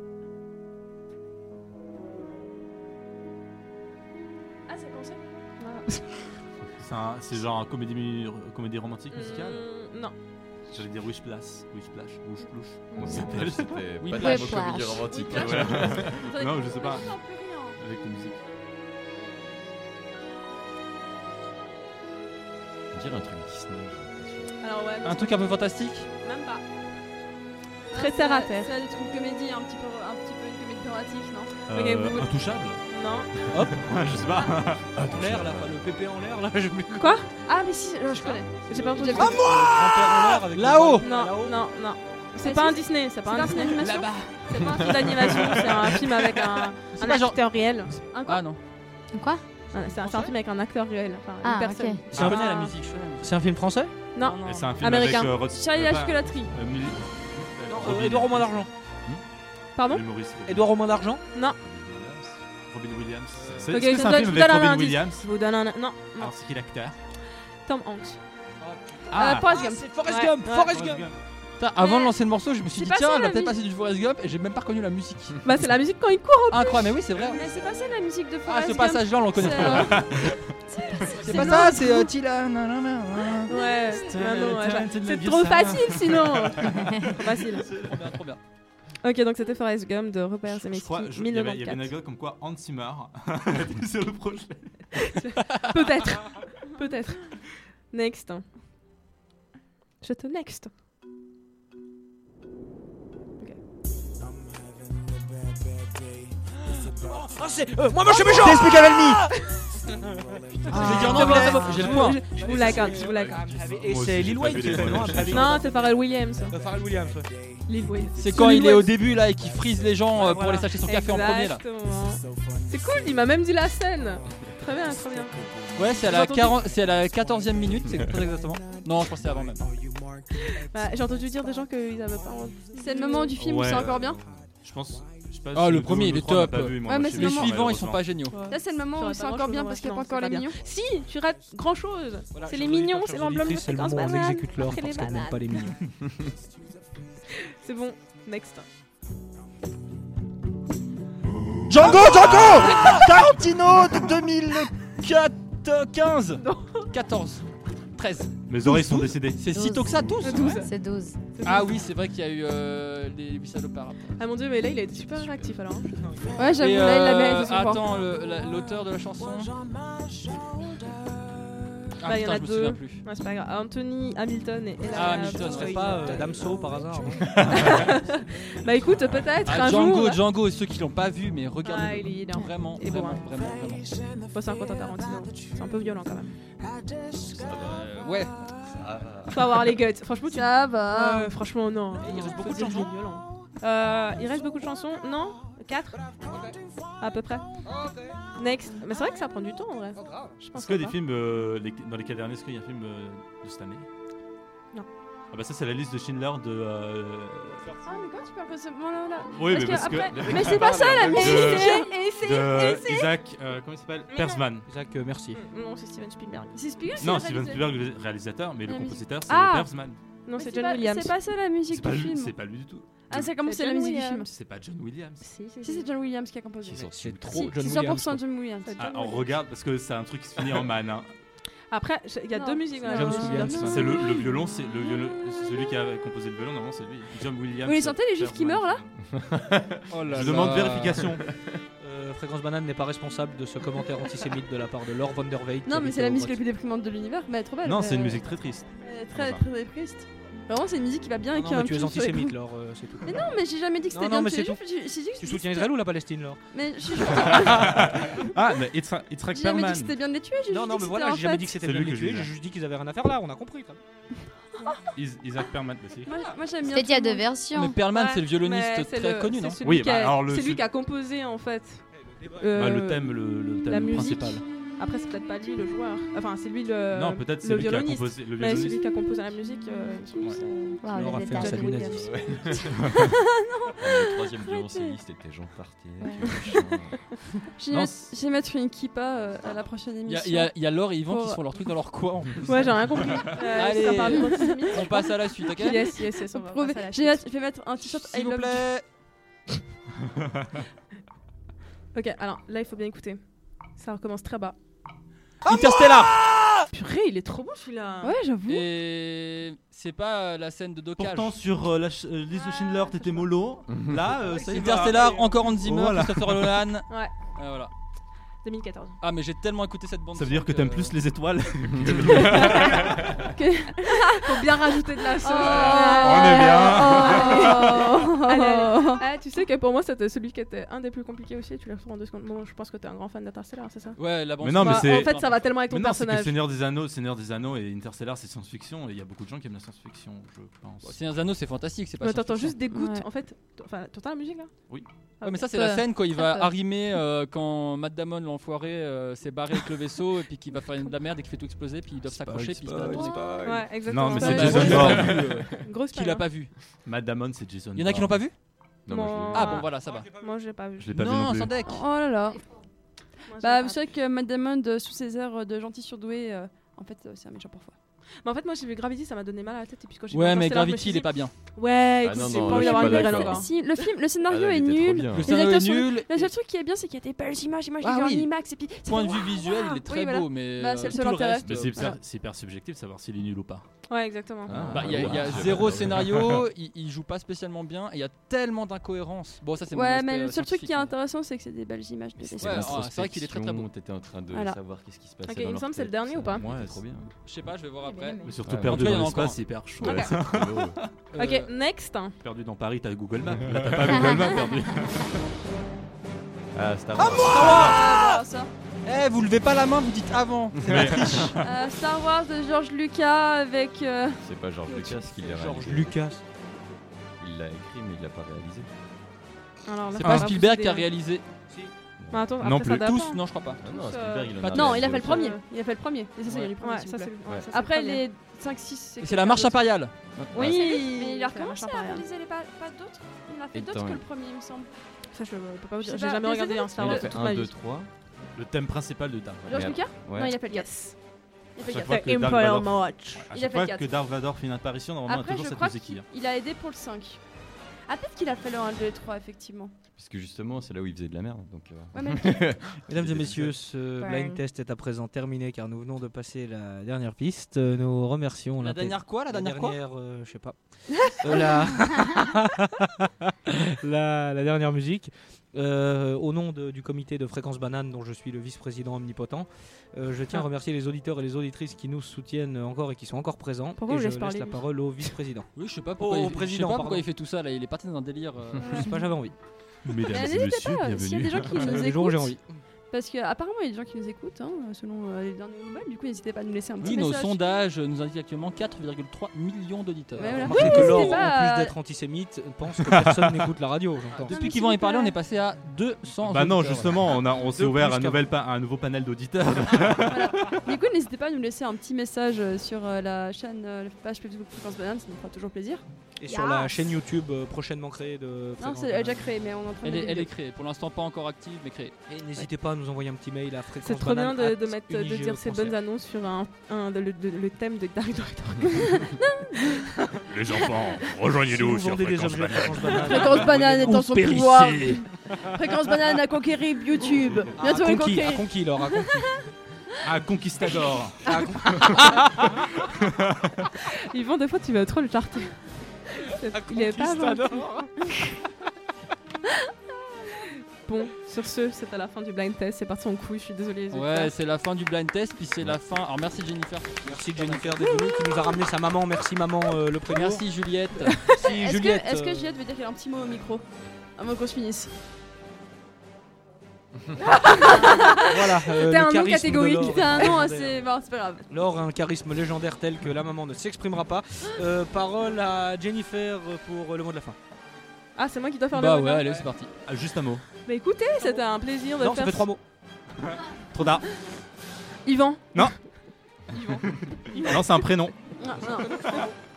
Speaker 13: Ah, ça commence
Speaker 9: C'est un- C'est genre un comédie, mu- comédie romantique musicale
Speaker 7: Mm, non.
Speaker 9: J'allais dire Wish Splash, Wish Splash, Wish Plush.
Speaker 10: Wish Splash,
Speaker 9: s'appelle
Speaker 10: c'était
Speaker 9: Wish
Speaker 10: pas
Speaker 9: Splash.
Speaker 10: tellement comédie Wish romantique. hein.
Speaker 9: Wish
Speaker 10: Splash.
Speaker 9: Splash.
Speaker 10: Attendez,
Speaker 9: Non, je sais
Speaker 10: mais
Speaker 9: pas.
Speaker 10: j'entends plus rien.
Speaker 9: Avec la musique.
Speaker 10: Dire un truc Disney. j'ai l'impression.
Speaker 7: Alors ouais.
Speaker 5: Un truc un peu fantastique
Speaker 7: Même pas.
Speaker 13: Très
Speaker 7: terre à terre.
Speaker 13: C'est des trucs comédie, un petit peu, un petit peu une comédie thématique, non
Speaker 9: Euh, Intouchable
Speaker 13: Ah,
Speaker 7: Non.
Speaker 9: Hop Je sais pas.
Speaker 17: L'air là, enfin, le pépé en l'air là, je me.
Speaker 7: Quoi Ah mais si, euh, je connais. J'ai pas entendu.
Speaker 17: Ah, moi
Speaker 7: moi
Speaker 17: Là-haut
Speaker 7: Non, non, non. C'est
Speaker 13: Ah,
Speaker 7: pas
Speaker 13: si,
Speaker 7: un
Speaker 13: si.
Speaker 7: Disney, c'est pas
Speaker 13: C'est
Speaker 7: un
Speaker 13: pas
Speaker 7: Disney.
Speaker 13: un film d'animation.
Speaker 7: Là-bas.
Speaker 13: C'est pas un
Speaker 7: film d'animation, c'est un film avec un,
Speaker 13: C'est
Speaker 7: un
Speaker 13: pas genre-
Speaker 7: acteur réel.
Speaker 13: Un
Speaker 5: Ah non.
Speaker 13: euh,
Speaker 7: Quoi C'est un, c'est un film avec un acteur réel, enfin
Speaker 13: Ah,
Speaker 7: une personne.
Speaker 13: ok.
Speaker 5: Je connais la
Speaker 7: Ah.
Speaker 5: musique, je connais la musique.
Speaker 17: C'est un film français
Speaker 7: Non,
Speaker 5: Non, non.
Speaker 9: Et C'est un film
Speaker 7: américain.
Speaker 9: avec euh, Rod-
Speaker 7: Charlie la
Speaker 9: euh, pas-
Speaker 7: chocolaterie.
Speaker 9: euh, Mil-
Speaker 17: Non,
Speaker 5: Euh,
Speaker 9: Robin-
Speaker 17: Edouard Romain d'Argent.
Speaker 7: Pardon
Speaker 9: L'humoriste.
Speaker 17: Edouard Romain d'Argent
Speaker 7: Non.
Speaker 9: Robin Williams. C'est
Speaker 7: Ok,
Speaker 9: est-ce que
Speaker 7: je
Speaker 9: c'est un
Speaker 7: vous donne-
Speaker 9: film
Speaker 7: je vous
Speaker 9: avec
Speaker 7: donne un
Speaker 9: Robin
Speaker 7: indice.
Speaker 9: Williams
Speaker 7: Je vous donne un. Non, non.
Speaker 9: Alors c'est qui l'acteur
Speaker 7: Tom Hanks.
Speaker 9: Ah.
Speaker 7: Euh, Forrest Gump.
Speaker 17: c'est Forrest
Speaker 7: Ouais,
Speaker 17: Gump,
Speaker 7: ouais.
Speaker 17: Forrest Gump.
Speaker 5: Putain, avant de lancer le morceau, je me suis
Speaker 7: C'est
Speaker 5: dit,
Speaker 7: pas
Speaker 5: tiens,
Speaker 7: ça,
Speaker 5: elle va
Speaker 7: la
Speaker 5: peut-être
Speaker 7: musique.
Speaker 5: passer du Forrest Gump et j'ai même pas reconnu la musique. Ah,
Speaker 7: Bah c'est la musique quand il court. en plus.
Speaker 5: Incroyable, mais oui, c'est vrai.
Speaker 13: Mais c'est pas ça la musique de
Speaker 5: Ah,
Speaker 13: Forrest
Speaker 5: ce
Speaker 13: Gump.
Speaker 5: passage-là, on le connaît
Speaker 13: C'est,
Speaker 5: pas.
Speaker 13: euh,
Speaker 5: C'est
Speaker 13: c'est
Speaker 5: pas
Speaker 13: l'autre.
Speaker 5: ça, c'est euh, Tila. na, na, na, na.
Speaker 7: Ouais, ah non, ouais,
Speaker 5: Talented
Speaker 7: c'est
Speaker 5: Lady
Speaker 7: trop
Speaker 5: Sarah.
Speaker 7: facile sinon. Trop facile.
Speaker 5: Trop bien, trop bien.
Speaker 7: Ok, donc c'était Forrest Gump de Robert
Speaker 9: Je
Speaker 7: Zemeckis,
Speaker 9: crois je- il y avait il y avait une
Speaker 7: 1994.
Speaker 9: anecdote comme quoi Hans Zimmer était sur le projet.
Speaker 7: Peut-être. Peut-être. Next. Je te next.
Speaker 17: Ah, c'est. euh, moi, moi, je suis méchant
Speaker 1: Despicable
Speaker 17: Ah,
Speaker 7: Je
Speaker 17: c'est bon, c'est bon,
Speaker 7: vous-
Speaker 17: j'ai le point.
Speaker 7: Je, je vous l'accorde, je vous l'accorde.
Speaker 17: Et c'est Lil Wayne qui fait, non après, avec-
Speaker 7: Non, c'est Pharrell Williams.
Speaker 17: Euh, Pharrell Williams. ouais.
Speaker 7: Lil Wayne.
Speaker 5: C'est quand il est au début là et qu'il frise les gens euh, pour les acheter son café en premier là.
Speaker 7: Exactement. C'est cool, il m'a même dit la scène. Très bien, très bien.
Speaker 5: Ouais, c'est à
Speaker 7: J'ai
Speaker 5: la
Speaker 7: entendu-
Speaker 5: 40 c'est à la 14e minute, c'est très exactement. Non, je pensais avant même.
Speaker 7: Bah, J'ai entendu dire des gens qu'ils avaient pas envie.
Speaker 13: C'est le moment du film où
Speaker 5: Ouais.
Speaker 13: c'est encore bien.
Speaker 9: Je pense. je sais pas
Speaker 5: Ah,
Speaker 9: si
Speaker 5: le
Speaker 9: deux
Speaker 5: premier,
Speaker 9: ou
Speaker 5: il est
Speaker 9: trois, on l'a
Speaker 5: top.
Speaker 9: pas vu, moi,
Speaker 13: Ouais,
Speaker 9: moi,
Speaker 13: mais
Speaker 9: je
Speaker 13: c'est
Speaker 9: sais
Speaker 5: Les
Speaker 9: pas.
Speaker 5: suivants, ils sont
Speaker 9: Malheureusement.
Speaker 5: pas géniaux.
Speaker 13: Là, c'est le moment
Speaker 7: J'aurais
Speaker 13: où
Speaker 7: pas
Speaker 13: c'est encore
Speaker 7: grand-chose
Speaker 13: bien
Speaker 7: dans
Speaker 13: parce qu'il n'y a
Speaker 7: ma
Speaker 13: pas encore les
Speaker 7: finance,
Speaker 13: mignons. Si, tu rates grand chose.
Speaker 17: Voilà,
Speaker 13: c'est
Speaker 17: chers
Speaker 13: les mignons,
Speaker 17: auditeurs,
Speaker 13: c'est
Speaker 17: chers
Speaker 13: l'emblème de
Speaker 17: auditrices, C'est le
Speaker 13: fréquence
Speaker 17: moment où on
Speaker 13: banane.
Speaker 17: exécute l'or
Speaker 13: Après les
Speaker 17: parce qu'elles n'aiment
Speaker 13: bananes.
Speaker 17: pas les mignons.
Speaker 7: C'est bon, next.
Speaker 5: Django, Django Tarantino de 2015 14 13
Speaker 9: Mes oreilles sont décédées.
Speaker 5: C'est si tôt que ça, 12
Speaker 8: C'est 12.
Speaker 5: Ah oui, c'est vrai qu'il y a eu euh, les 8 salopards.
Speaker 7: Ah mon dieu, mais là il a été super réactif alors. hein.
Speaker 13: Ouais, j'avoue,
Speaker 5: Et,
Speaker 13: là, il
Speaker 5: euh,
Speaker 13: l'avait, ils se sont forts.
Speaker 5: Attends, le- la- l'auteur de la chanson. Ah
Speaker 7: bah, il y
Speaker 5: putain,
Speaker 7: en a
Speaker 5: je me souviens
Speaker 7: deux.
Speaker 5: plus.
Speaker 7: Ouais, c'est pas grave. Anthony Hamilton et Ella
Speaker 5: Ah, Hamilton,
Speaker 7: Baldwin.
Speaker 5: ouais.
Speaker 17: Pas euh, Damso par hasard. hein.
Speaker 7: Bah écoute, peut-être
Speaker 5: Ah,
Speaker 7: un
Speaker 5: Django,
Speaker 7: jour.
Speaker 5: Django, ceux qui l'ont pas vu, mais regardez.
Speaker 7: Ah, il est énorme.
Speaker 5: Vraiment,
Speaker 7: Il est bon,
Speaker 5: vraiment,
Speaker 7: hein.
Speaker 5: vraiment, Euh, vraiment.
Speaker 7: Bon, c'est un Quentin Tarantino. C'est un peu violent quand même.
Speaker 5: ouais.
Speaker 7: Faut avoir les guts. Franchement, tu...
Speaker 13: Ça va.
Speaker 7: Euh, franchement, non.
Speaker 5: il reste
Speaker 7: Faut
Speaker 5: beaucoup de
Speaker 7: dire que
Speaker 5: chansons.
Speaker 7: c'est violent. Euh, il reste beaucoup de chansons Non 4 À peu près. Next. Mais c'est vrai que ça prend du temps en vrai. Je pense
Speaker 9: Est-ce que des
Speaker 7: pas.
Speaker 9: films euh, les- dans les cas derniers, est-ce qu'il y a un film euh, de cette année
Speaker 7: Non.
Speaker 9: Ah bah ça c'est la liste de Schindler de. euh,
Speaker 13: Ah, mais quand tu parles comme ça. Bon, là, là.
Speaker 9: Oui, mais parce que-
Speaker 13: après- Mais c'est pas ça la
Speaker 9: De-
Speaker 13: musique
Speaker 9: de-
Speaker 13: Et c'est- et
Speaker 9: de
Speaker 13: c'est-
Speaker 9: Isaac, euh, comment il s'appelle Persman.
Speaker 17: Isaac, euh, merci.
Speaker 7: Non, c'est Steven Spielberg.
Speaker 13: C'est Spielberg
Speaker 9: Non,
Speaker 13: c'est le
Speaker 9: Steven
Speaker 13: réalisateur.
Speaker 9: Spielberg le réalisateur, mais le
Speaker 13: La musique.
Speaker 9: compositeur c'est
Speaker 13: Ah
Speaker 9: Persman.
Speaker 7: Non,
Speaker 13: Mais
Speaker 7: c'est
Speaker 13: c'est
Speaker 7: John
Speaker 13: pas-
Speaker 7: Williams.
Speaker 13: C'est pas ça la
Speaker 9: C'est
Speaker 13: musique
Speaker 9: pas
Speaker 13: du
Speaker 9: lui,
Speaker 13: film.
Speaker 9: c'est pas lui du tout.
Speaker 13: Ah, c'est comme
Speaker 7: C'est
Speaker 13: c'est la
Speaker 7: John
Speaker 13: musique du
Speaker 7: Williams.
Speaker 13: film.
Speaker 9: C'est pas John Williams.
Speaker 7: Si, si,
Speaker 13: Si,
Speaker 7: si.
Speaker 13: c'est John Williams qui a composé.
Speaker 9: C'est
Speaker 17: C'est
Speaker 13: Si,
Speaker 17: trop
Speaker 13: C'est
Speaker 17: John Williams.
Speaker 13: 100% John Williams.
Speaker 9: Ah, on regarde parce que c'est un truc qui se finit en man. hein.
Speaker 7: Après, je- il y a
Speaker 13: Non.
Speaker 7: deux musiques dans la
Speaker 9: Euh,
Speaker 17: James
Speaker 7: chanson.
Speaker 17: Williams.
Speaker 9: C'est le, le violon, c'est le violon- c'est celui qui a composé le violon, normalement c'est lui. John Williams.
Speaker 13: Vous les sentez, les juifs qui
Speaker 9: Persman.
Speaker 13: meurent, là
Speaker 5: Oh là
Speaker 9: Je demande
Speaker 5: là.
Speaker 9: vérification.
Speaker 17: Euh, Fréquence Banane n'est pas responsable de ce commentaire antisémite de la part de Laure van der Weyck.
Speaker 13: Non, mais c'est la musique la
Speaker 17: habitée
Speaker 13: plus déprimante de l'univers. Mais elle est trop belle.
Speaker 9: Non,
Speaker 13: Euh,
Speaker 9: c'est une musique très triste.
Speaker 13: euh, Très, très déprimante. Vraiment, c'est une musique qui va bien
Speaker 17: au
Speaker 13: et
Speaker 17: Royaume-Uni.
Speaker 13: qui
Speaker 17: Non,
Speaker 13: a
Speaker 17: mais tu
Speaker 13: un
Speaker 17: es
Speaker 13: film sur les
Speaker 17: antisémite,
Speaker 13: coups.
Speaker 17: Laure, euh, c'est tout.
Speaker 13: Mais non, mais j'ai jamais dit que
Speaker 17: Non,
Speaker 13: c'était
Speaker 17: non,
Speaker 13: bien
Speaker 17: mais
Speaker 13: que les
Speaker 17: c'est
Speaker 13: juifs. J'ai j'ai dit que
Speaker 17: Tu
Speaker 13: c'était-
Speaker 17: soutiens Israël ou la Palestine, Laure
Speaker 13: Mais je
Speaker 9: Ah, mais It's
Speaker 13: J'ai jamais dit
Speaker 9: Perman.
Speaker 13: que c'était bien de les tuer. j'ai
Speaker 17: Non,
Speaker 13: juste
Speaker 17: non,
Speaker 13: dit
Speaker 17: mais
Speaker 13: que
Speaker 17: voilà,
Speaker 13: c'était
Speaker 17: j'ai
Speaker 13: leur
Speaker 17: jamais dit que c'était
Speaker 9: C'est
Speaker 17: bien
Speaker 9: lui
Speaker 17: les
Speaker 9: que je
Speaker 17: tuer,
Speaker 9: disais.
Speaker 17: j'ai juste dit qu'ils avaient rien à faire là, on a compris. quoi.
Speaker 9: Is- Isaac Perman, bah si.
Speaker 13: fête. Moi, moi, j'aime bien.
Speaker 8: Peut-être il y a
Speaker 13: tout le
Speaker 8: deux
Speaker 13: monde.
Speaker 8: versions.
Speaker 5: Mais Perlman,
Speaker 7: Ouais,
Speaker 5: c'est le
Speaker 7: mais
Speaker 5: violoniste
Speaker 7: c'est
Speaker 5: très
Speaker 7: le-
Speaker 5: connu, non
Speaker 7: C'est celui,
Speaker 9: Oui,
Speaker 7: qui,
Speaker 9: bah,
Speaker 7: a,
Speaker 9: alors le
Speaker 7: c'est lui
Speaker 9: sou-
Speaker 7: qui a composé en fait.
Speaker 9: Bah,
Speaker 7: Euh,
Speaker 9: le thème, le, le thème
Speaker 7: la musique.
Speaker 9: principal.
Speaker 7: Après, c'est peut-être pas lui le joueur. Enfin, c'est lui
Speaker 13: euh,
Speaker 7: le.
Speaker 9: Non, peut-être c'est
Speaker 7: le
Speaker 9: lui qui a
Speaker 7: violoniste.
Speaker 9: composé- le
Speaker 13: Bah,
Speaker 7: Mais c'est
Speaker 9: violoniste.
Speaker 7: lui qui a composé la musique. euh, il me semble, c'est-
Speaker 10: Wow, Laura la fait un salut
Speaker 7: John
Speaker 10: nazi.
Speaker 7: Williams.
Speaker 10: Ouais. Le troisième
Speaker 7: Arrêtez.
Speaker 10: violoncelliste était Jean Parté.
Speaker 13: J'ai
Speaker 5: Non,
Speaker 13: mettre- j'ai mettre une kippa euh, à la prochaine
Speaker 5: Il y
Speaker 13: émission.
Speaker 5: a- il y, a- il y a Laure et Yvan qui
Speaker 13: Pour-
Speaker 5: font leur truc dans leur coin. en plus.
Speaker 7: Ouais, j'ai rien compris. Euh,
Speaker 5: Allez,
Speaker 7: ça parle d'antisémitisme.
Speaker 5: on passe à la suite, ok
Speaker 7: Yes, yes, yes, on va
Speaker 13: Prouver.
Speaker 7: passer à la
Speaker 13: Je vais mettre- je vais mettre un t-shirt I
Speaker 7: S'il vous
Speaker 13: love you.
Speaker 7: plaît. Ok, alors là, il faut bien écouter. Ça recommence très bas.
Speaker 5: Interstellar
Speaker 7: Purée, il est trop bon celui-là. Ouais, j'avoue.
Speaker 5: Et c'est pas euh, la scène de dockage.
Speaker 18: Pourtant, sur euh, la ch- euh, liste de Schindler, t'étais mollo. Là, euh, ça y est.
Speaker 5: Interstellar,
Speaker 18: va.
Speaker 5: encore Hans Zimmer,
Speaker 18: Voilà.
Speaker 5: Christopher Nolan.
Speaker 7: Ouais.
Speaker 5: Euh, voilà.
Speaker 7: 2014.
Speaker 5: Ah, mais j'ai tellement écouté cette bande.
Speaker 18: Ça veut dire que t'aimes plus les étoiles que-
Speaker 7: Faut bien rajouter de la sauce.
Speaker 2: Ah.
Speaker 13: Ah, Oh.
Speaker 7: Allez, allez.
Speaker 13: Oh.
Speaker 7: Ah, tu sais que pour moi, c'était celui qui était un des plus compliqués aussi. Tu l'as retrouvé en deux secondes. Bon, je pense que t'es un grand fan d'Interstellar, c'est ça
Speaker 5: Ouais, la
Speaker 9: Mais non, mais
Speaker 7: Bah,
Speaker 9: c'est.
Speaker 7: En fait, ça va tellement avec ton
Speaker 9: Mais non, c'est que
Speaker 7: personnage.
Speaker 9: Seigneur des Anneaux, Seigneur des Anneaux et Interstellar, c'est science-fiction. Et il y a beaucoup de gens qui aiment la science-fiction, je pense.
Speaker 5: Bon, Seigneur des Anneaux, c'est fantastique, c'est pas
Speaker 7: Mais t'entends juste des
Speaker 5: science-fiction.
Speaker 7: gouttes. En fait, t- enfin, t'entends la musique là
Speaker 9: Oui.
Speaker 5: Ouais, mais ça, c'est la scène quand il va arrimer euh, quand Matt Damon, l'enfoiré, euh, s'est barré avec le vaisseau et puis qu'il va faire de la merde et qu'il fait tout exploser, puis ils doivent s'accrocher, puis ils se battent.
Speaker 7: Ouais, exactement.
Speaker 9: Non, mais
Speaker 5: Ouais.
Speaker 9: c'est Jason
Speaker 5: Qui l'a pas vu, euh,
Speaker 9: Bourne.
Speaker 7: Grosse
Speaker 5: Qui l'a pas vu
Speaker 9: Madame Damon, c'est Jason
Speaker 5: Il y en a qui l'ont pas vu
Speaker 9: Non, moi, je l'ai vu.
Speaker 5: Ah bon, voilà, ça va.
Speaker 7: Moi, je l'ai pas vu.
Speaker 9: Je l'ai pas vu non plus.
Speaker 5: Sandek
Speaker 13: Oh là là. Bah, vous savez que Matt Damon, de- sous ses airs de gentil surdoué, euh, en fait, euh, c'est un méchant parfois.
Speaker 7: Mais en fait, moi j'ai vu Gravity, ça m'a donné mal à la tête. Et puis quand j'ai
Speaker 5: Ouais,
Speaker 7: vu
Speaker 5: mais
Speaker 7: Interstellar, je me
Speaker 5: Gravity,
Speaker 7: suis
Speaker 5: il est
Speaker 7: dit,
Speaker 5: pas bien.
Speaker 7: Ouais,
Speaker 5: Ah
Speaker 7: écoute,
Speaker 5: non,
Speaker 7: j'ai
Speaker 5: non,
Speaker 7: pas
Speaker 5: je
Speaker 7: envie
Speaker 5: suis
Speaker 7: d'avoir
Speaker 5: pas
Speaker 7: une nouvelle
Speaker 5: d'accord.
Speaker 7: encore.
Speaker 13: Si, le film, le scénario
Speaker 5: Ah, là,
Speaker 13: est
Speaker 5: il était trop
Speaker 13: nul.
Speaker 5: bien. Le
Speaker 13: les
Speaker 5: scénario
Speaker 13: acteurs
Speaker 5: est
Speaker 13: sont nuls.
Speaker 5: nul.
Speaker 13: Le seul truc qui est bien, c'est qu'il y a des belles images. Images,
Speaker 5: Ah
Speaker 13: je l'ai vu
Speaker 5: oui.
Speaker 13: en IMAX. Et puis, ça
Speaker 5: Point
Speaker 13: fait
Speaker 5: de
Speaker 13: waouh,
Speaker 5: vue visuel,
Speaker 13: waouh.
Speaker 7: Ah,
Speaker 5: il est très
Speaker 13: Oui, voilà.
Speaker 5: beau, mais.
Speaker 13: Bah, c'est
Speaker 5: euh,
Speaker 13: le seul
Speaker 5: tout
Speaker 13: intérêt.
Speaker 5: reste,
Speaker 9: Mais c'est
Speaker 5: euh,
Speaker 13: Ah.
Speaker 9: hyper, c'est hyper subjectif de savoir s'il est nul ou pas.
Speaker 7: Ouais, exactement.
Speaker 9: Ah.
Speaker 5: Bah, Il y a, il y a
Speaker 9: Ah.
Speaker 5: zéro scénario, il, il joue pas spécialement bien, et il y a tellement d'incohérences. Bon, ça c'est mon
Speaker 13: Ouais,
Speaker 5: aspect,
Speaker 13: mais
Speaker 5: euh,
Speaker 13: le seul truc
Speaker 5: scientifique,
Speaker 13: qui est intéressant, c'est que c'est des belles images de
Speaker 5: c'est
Speaker 13: l'espace.
Speaker 5: vrai. ah, c'est vrai qu'il est très, très beau.
Speaker 10: T'étais en train de
Speaker 13: Voilà.
Speaker 10: savoir qu'est-ce qui se passait.
Speaker 7: Ok, il me semble que c'est le dernier ou pas
Speaker 10: Ouais, trop bien.
Speaker 5: Je sais pas, je vais voir après.
Speaker 9: Mais surtout
Speaker 10: Ouais,
Speaker 9: perdu
Speaker 10: en tout cas, il y
Speaker 9: dans
Speaker 10: en a
Speaker 9: l'espace,
Speaker 10: encore.
Speaker 9: c'est hyper chaud.
Speaker 7: Ok. Ouais, c'est très beau, ouais.
Speaker 5: Euh,
Speaker 7: Ok, next.
Speaker 9: Perdu dans Paris, t'as Google Maps. Là, t'as pas Google Maps perdu.
Speaker 10: Ah, Star
Speaker 5: À
Speaker 10: Wars.
Speaker 5: moi
Speaker 13: Ah, Ça.
Speaker 5: Eh, vous levez pas la main, vous dites avant. C'est la
Speaker 10: Mais-
Speaker 5: triche.
Speaker 13: Euh, Star Wars de George Lucas avec. euh,
Speaker 10: C'est pas George Lucas qui l'a réalisé.
Speaker 18: George Lucas.
Speaker 10: Il l'a écrit, mais il l'a pas réalisé.
Speaker 7: Alors, là,
Speaker 5: C'est
Speaker 7: on
Speaker 5: pas
Speaker 7: va
Speaker 5: Spielberg
Speaker 7: pousser
Speaker 5: qui a
Speaker 7: des-
Speaker 5: réalisé.
Speaker 7: Mais attends,
Speaker 5: Non
Speaker 7: après, ça
Speaker 5: plus.
Speaker 7: date hein.
Speaker 5: Tous
Speaker 7: pas.
Speaker 5: Non, je crois pas.
Speaker 10: Ah non, Tous, Spielberg, il en a
Speaker 13: euh, Bah, Non, il a fait le premier.
Speaker 7: Euh,
Speaker 13: Il a fait le premier. Et ça, c'est
Speaker 7: Ouais.
Speaker 13: le premier.
Speaker 7: Ouais,
Speaker 13: s'il
Speaker 7: ça,
Speaker 13: vous plaît.
Speaker 7: c'est le- ouais, ça, c'est le
Speaker 13: Après,
Speaker 7: premier.
Speaker 13: les 5, 6.
Speaker 5: C'est la marche impériale.
Speaker 13: Oui,
Speaker 5: Voilà.
Speaker 13: Ah, mais il a recommencé
Speaker 7: marche hein.
Speaker 13: à
Speaker 7: impériale.
Speaker 13: réaliser les pas, pas d'autres. Il en a fait
Speaker 10: Et
Speaker 13: d'autres
Speaker 10: attends,
Speaker 13: que le
Speaker 10: ouais.
Speaker 13: premier, il me semble.
Speaker 7: Ça, je peux pas vous dire.
Speaker 13: Je sais hein,
Speaker 7: J'ai
Speaker 13: pas,
Speaker 7: jamais regardé
Speaker 13: désolé.
Speaker 7: un Star
Speaker 10: Il a
Speaker 7: Wars
Speaker 10: fait
Speaker 7: toute ma
Speaker 10: 1, 2,
Speaker 7: vie.
Speaker 10: 3.
Speaker 9: Le thème principal de Dark Vador.
Speaker 13: George Lucas
Speaker 10: Ouais.
Speaker 13: Non, il a fait le 4. Il a
Speaker 9: À
Speaker 13: fait le
Speaker 9: chaque
Speaker 13: 4.
Speaker 9: fois que Dark
Speaker 7: Empire
Speaker 9: Vador-
Speaker 7: March.
Speaker 9: À
Speaker 13: Il a
Speaker 9: chaque
Speaker 13: fait le
Speaker 9: fois
Speaker 13: quatre.
Speaker 9: que Dark Vador fait une apparition, normalement, il y a
Speaker 13: Après,
Speaker 9: toujours
Speaker 13: je
Speaker 9: cette
Speaker 13: crois
Speaker 9: musique.
Speaker 13: qu'il il a aidé pour le 5. Ah, peut-être qu'il a fait le 1, 2 et 3, effectivement.
Speaker 10: Parce que justement, c'est là où il faisait de la merde. Donc, euh,
Speaker 13: Ouais, mais-
Speaker 10: Il
Speaker 18: Mesdames
Speaker 10: était
Speaker 18: et messieurs,
Speaker 10: tout
Speaker 18: ce
Speaker 13: Burn.
Speaker 18: blind test est à présent terminé car nous venons de passer la dernière piste. Euh, Nous remercions
Speaker 5: La
Speaker 18: l'inté-
Speaker 5: dernière quoi, la dernière quoi
Speaker 18: euh, je sais pas. Euh, la... la, la dernière musique. Euh, au nom de- du comité de Fréquence Banane dont je suis le vice-président omnipotent, euh, je tiens à
Speaker 7: Ah.
Speaker 18: remercier les auditeurs et les auditrices qui nous soutiennent encore et qui sont encore présents.
Speaker 7: Pourquoi
Speaker 18: et
Speaker 7: on
Speaker 18: je
Speaker 7: laisse
Speaker 18: laisse
Speaker 7: parler,
Speaker 18: la
Speaker 7: lui
Speaker 18: parole au vice-président.
Speaker 5: Oui, je sais pas pourquoi,
Speaker 18: Au
Speaker 5: il, fait, je sais
Speaker 18: président,
Speaker 5: pas pourquoi
Speaker 18: pardon.
Speaker 5: il fait tout ça là, il est parti dans un délire. euh.
Speaker 18: Je sais pas, j'avais envie.
Speaker 9: Mesdames
Speaker 13: Mais n'hésitez pas, s'il y a des gens qui nous
Speaker 18: Les jours où
Speaker 13: écoutent.
Speaker 18: j'ai envie.
Speaker 13: Parce qu'apparemment, il y a des gens qui nous écoutent, hein, selon euh, les dernières nouvelles. Du coup, n'hésitez pas à nous laisser un petit
Speaker 5: Oui, nos
Speaker 13: message.
Speaker 5: sondages nous indiquent actuellement 4,3 millions d'auditeurs.
Speaker 13: Ouais, voilà.
Speaker 18: euh, Remarquez
Speaker 13: Oui,
Speaker 18: que
Speaker 13: oui,
Speaker 18: Laure,
Speaker 13: c'est pas,
Speaker 18: en
Speaker 13: euh,
Speaker 18: plus d'être antisémite, pense que personne n'écoute la radio. j'entends.
Speaker 5: Depuis qu'ils vont y parler, on est passé à 200.
Speaker 9: Bah non,
Speaker 5: auditeurs.
Speaker 9: justement, on, a- on s'est
Speaker 5: De
Speaker 9: ouvert
Speaker 5: plus
Speaker 9: un,
Speaker 5: qu'avant.
Speaker 9: nouvel pa- un nouveau panel d'auditeurs.
Speaker 13: Du coup, n'hésitez pas à nous laisser un petit message euh, sur euh, la chaîne, euh, la page Facebook Fréquence Banane, ça nous fera toujours plaisir.
Speaker 18: Et sur la chaîne YouTube euh, prochaine créée de.
Speaker 13: Non,
Speaker 18: Fréquence
Speaker 13: c'est elle est déjà
Speaker 18: Banane.
Speaker 13: créée, mais on est en train
Speaker 5: Elle
Speaker 13: de
Speaker 5: est,
Speaker 13: la
Speaker 5: elle est
Speaker 13: vidéo.
Speaker 5: créée. Pour l'instant, pas encore active, mais créée.
Speaker 18: Et n'hésitez pas à nous envoyer un petit mail à fréquence
Speaker 7: C'est trop bien de, de mettre, de dire
Speaker 18: ces
Speaker 7: ces bonnes annonces sur un, un- le, le- le thème de Dark
Speaker 19: Les enfants,
Speaker 18: Si vous
Speaker 19: rejoignez-nous sur
Speaker 18: vendez des
Speaker 19: Fréquence
Speaker 18: objets
Speaker 19: Banane.
Speaker 18: Fréquence Banane.
Speaker 13: Fréquence Banane est en son
Speaker 18: Périssez.
Speaker 13: pouvoir. Fréquence Banane a conquéri YouTube.
Speaker 18: Ah,
Speaker 13: Bientôt, elle
Speaker 18: conquis, ah,
Speaker 13: conquérit.
Speaker 18: conquis, Laure, ah, conquis.
Speaker 9: Ah, conquistador.
Speaker 7: Yvan, des fois, tu vas trop le charter. Il est pas
Speaker 18: conquistador.
Speaker 7: gentil. Bon, sur ce, c'est à la fin du blind test. C'est parti en couille. Je suis désolée. les
Speaker 5: Ouais,
Speaker 7: auditeurs.
Speaker 5: c'est la fin du blind test, puis c'est la fin. Alors merci Jennifer.
Speaker 18: Merci Jennifer Désolé qui nous a ramené sa maman. Merci maman euh, le premier.
Speaker 5: Merci Juliette.
Speaker 18: Merci
Speaker 13: Est-ce que,
Speaker 18: Juliette.
Speaker 13: est-ce que
Speaker 18: euh,
Speaker 13: Juliette veut dire qu'il a un petit mot au micro Avant qu'on se finisse.
Speaker 18: Voilà, euh, le charisme de Laure.
Speaker 13: C'était un nom assez. Bon, c'est pas grave.
Speaker 18: Laure a un charisme légendaire tel que la maman ne s'exprimera pas. Euh, parole à Jennifer pour euh, le mot de la fin.
Speaker 7: Ah, c'est moi qui dois faire
Speaker 5: Bah
Speaker 7: le.
Speaker 5: ouais,
Speaker 7: repas
Speaker 5: allez, c'est parti.
Speaker 9: Ah, Juste un mot.
Speaker 7: Bah écoutez, c'était un plaisir de
Speaker 18: Non, ça
Speaker 7: faire.
Speaker 18: fait trois mots. Trop tard.
Speaker 13: Yvan.
Speaker 9: Non.
Speaker 13: Yvan.
Speaker 9: Non, c'est un prénom.
Speaker 13: Non, non.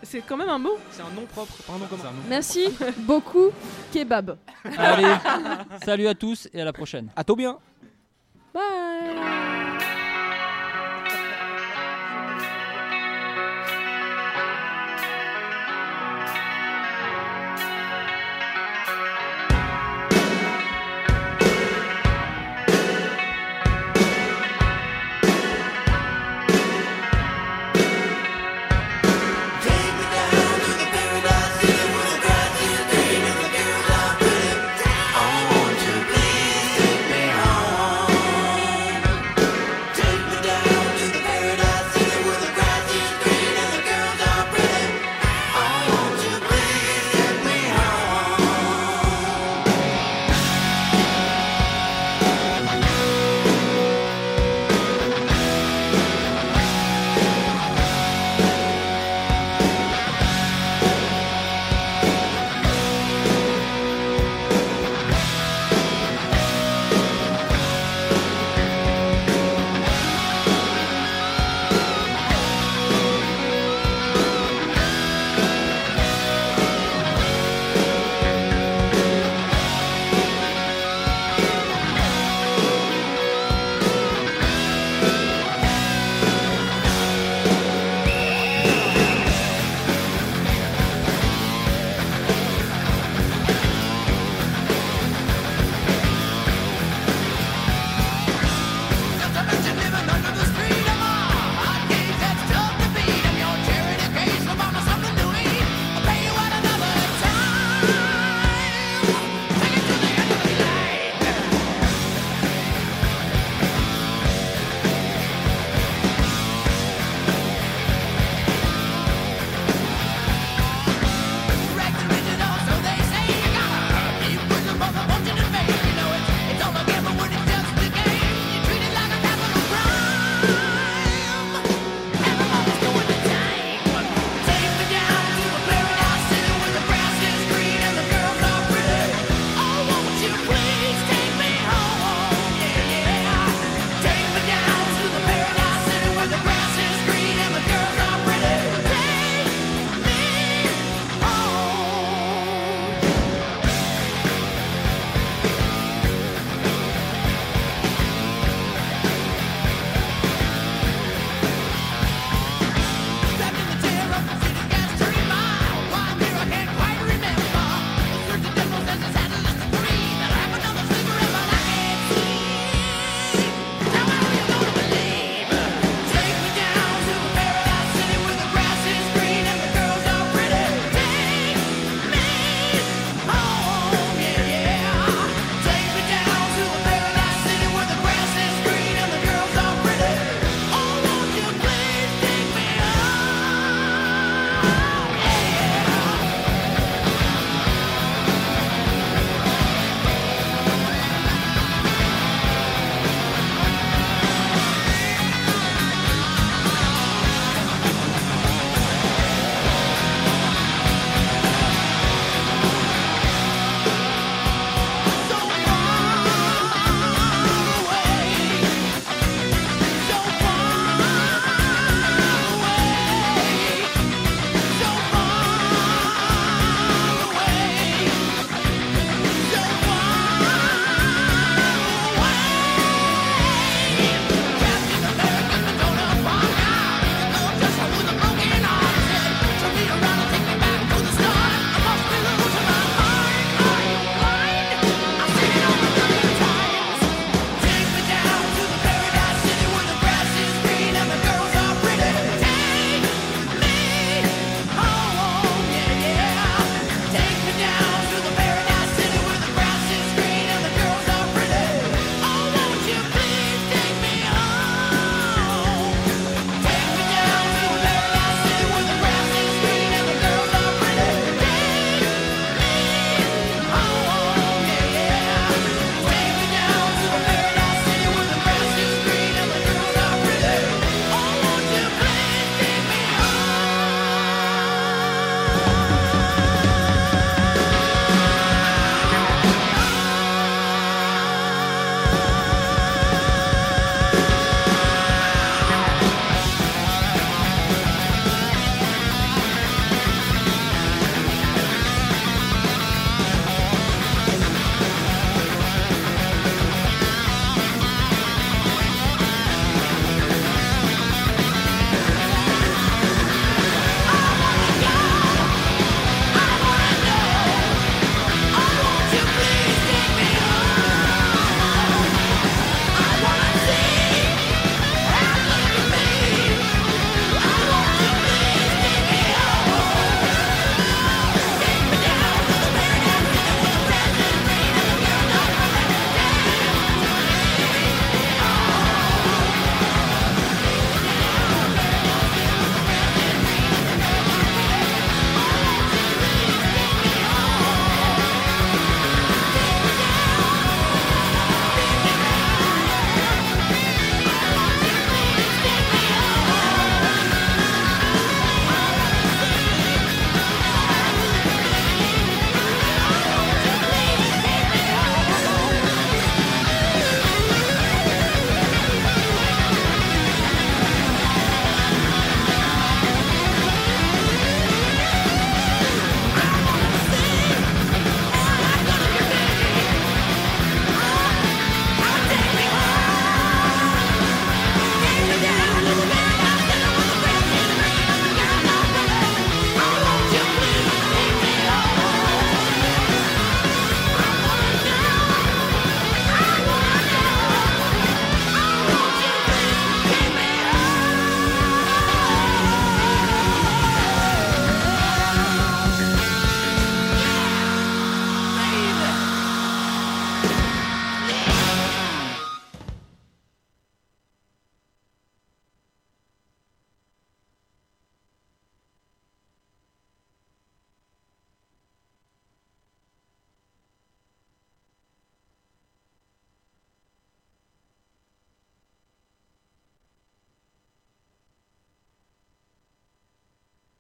Speaker 13: C'est quand même un mot.
Speaker 20: C'est un nom propre, pas un nom commun.
Speaker 13: Merci beaucoup, kebab.
Speaker 5: Allez, salut à tous et à la prochaine.
Speaker 20: À tout bien.
Speaker 13: Bye. Oh, Oh,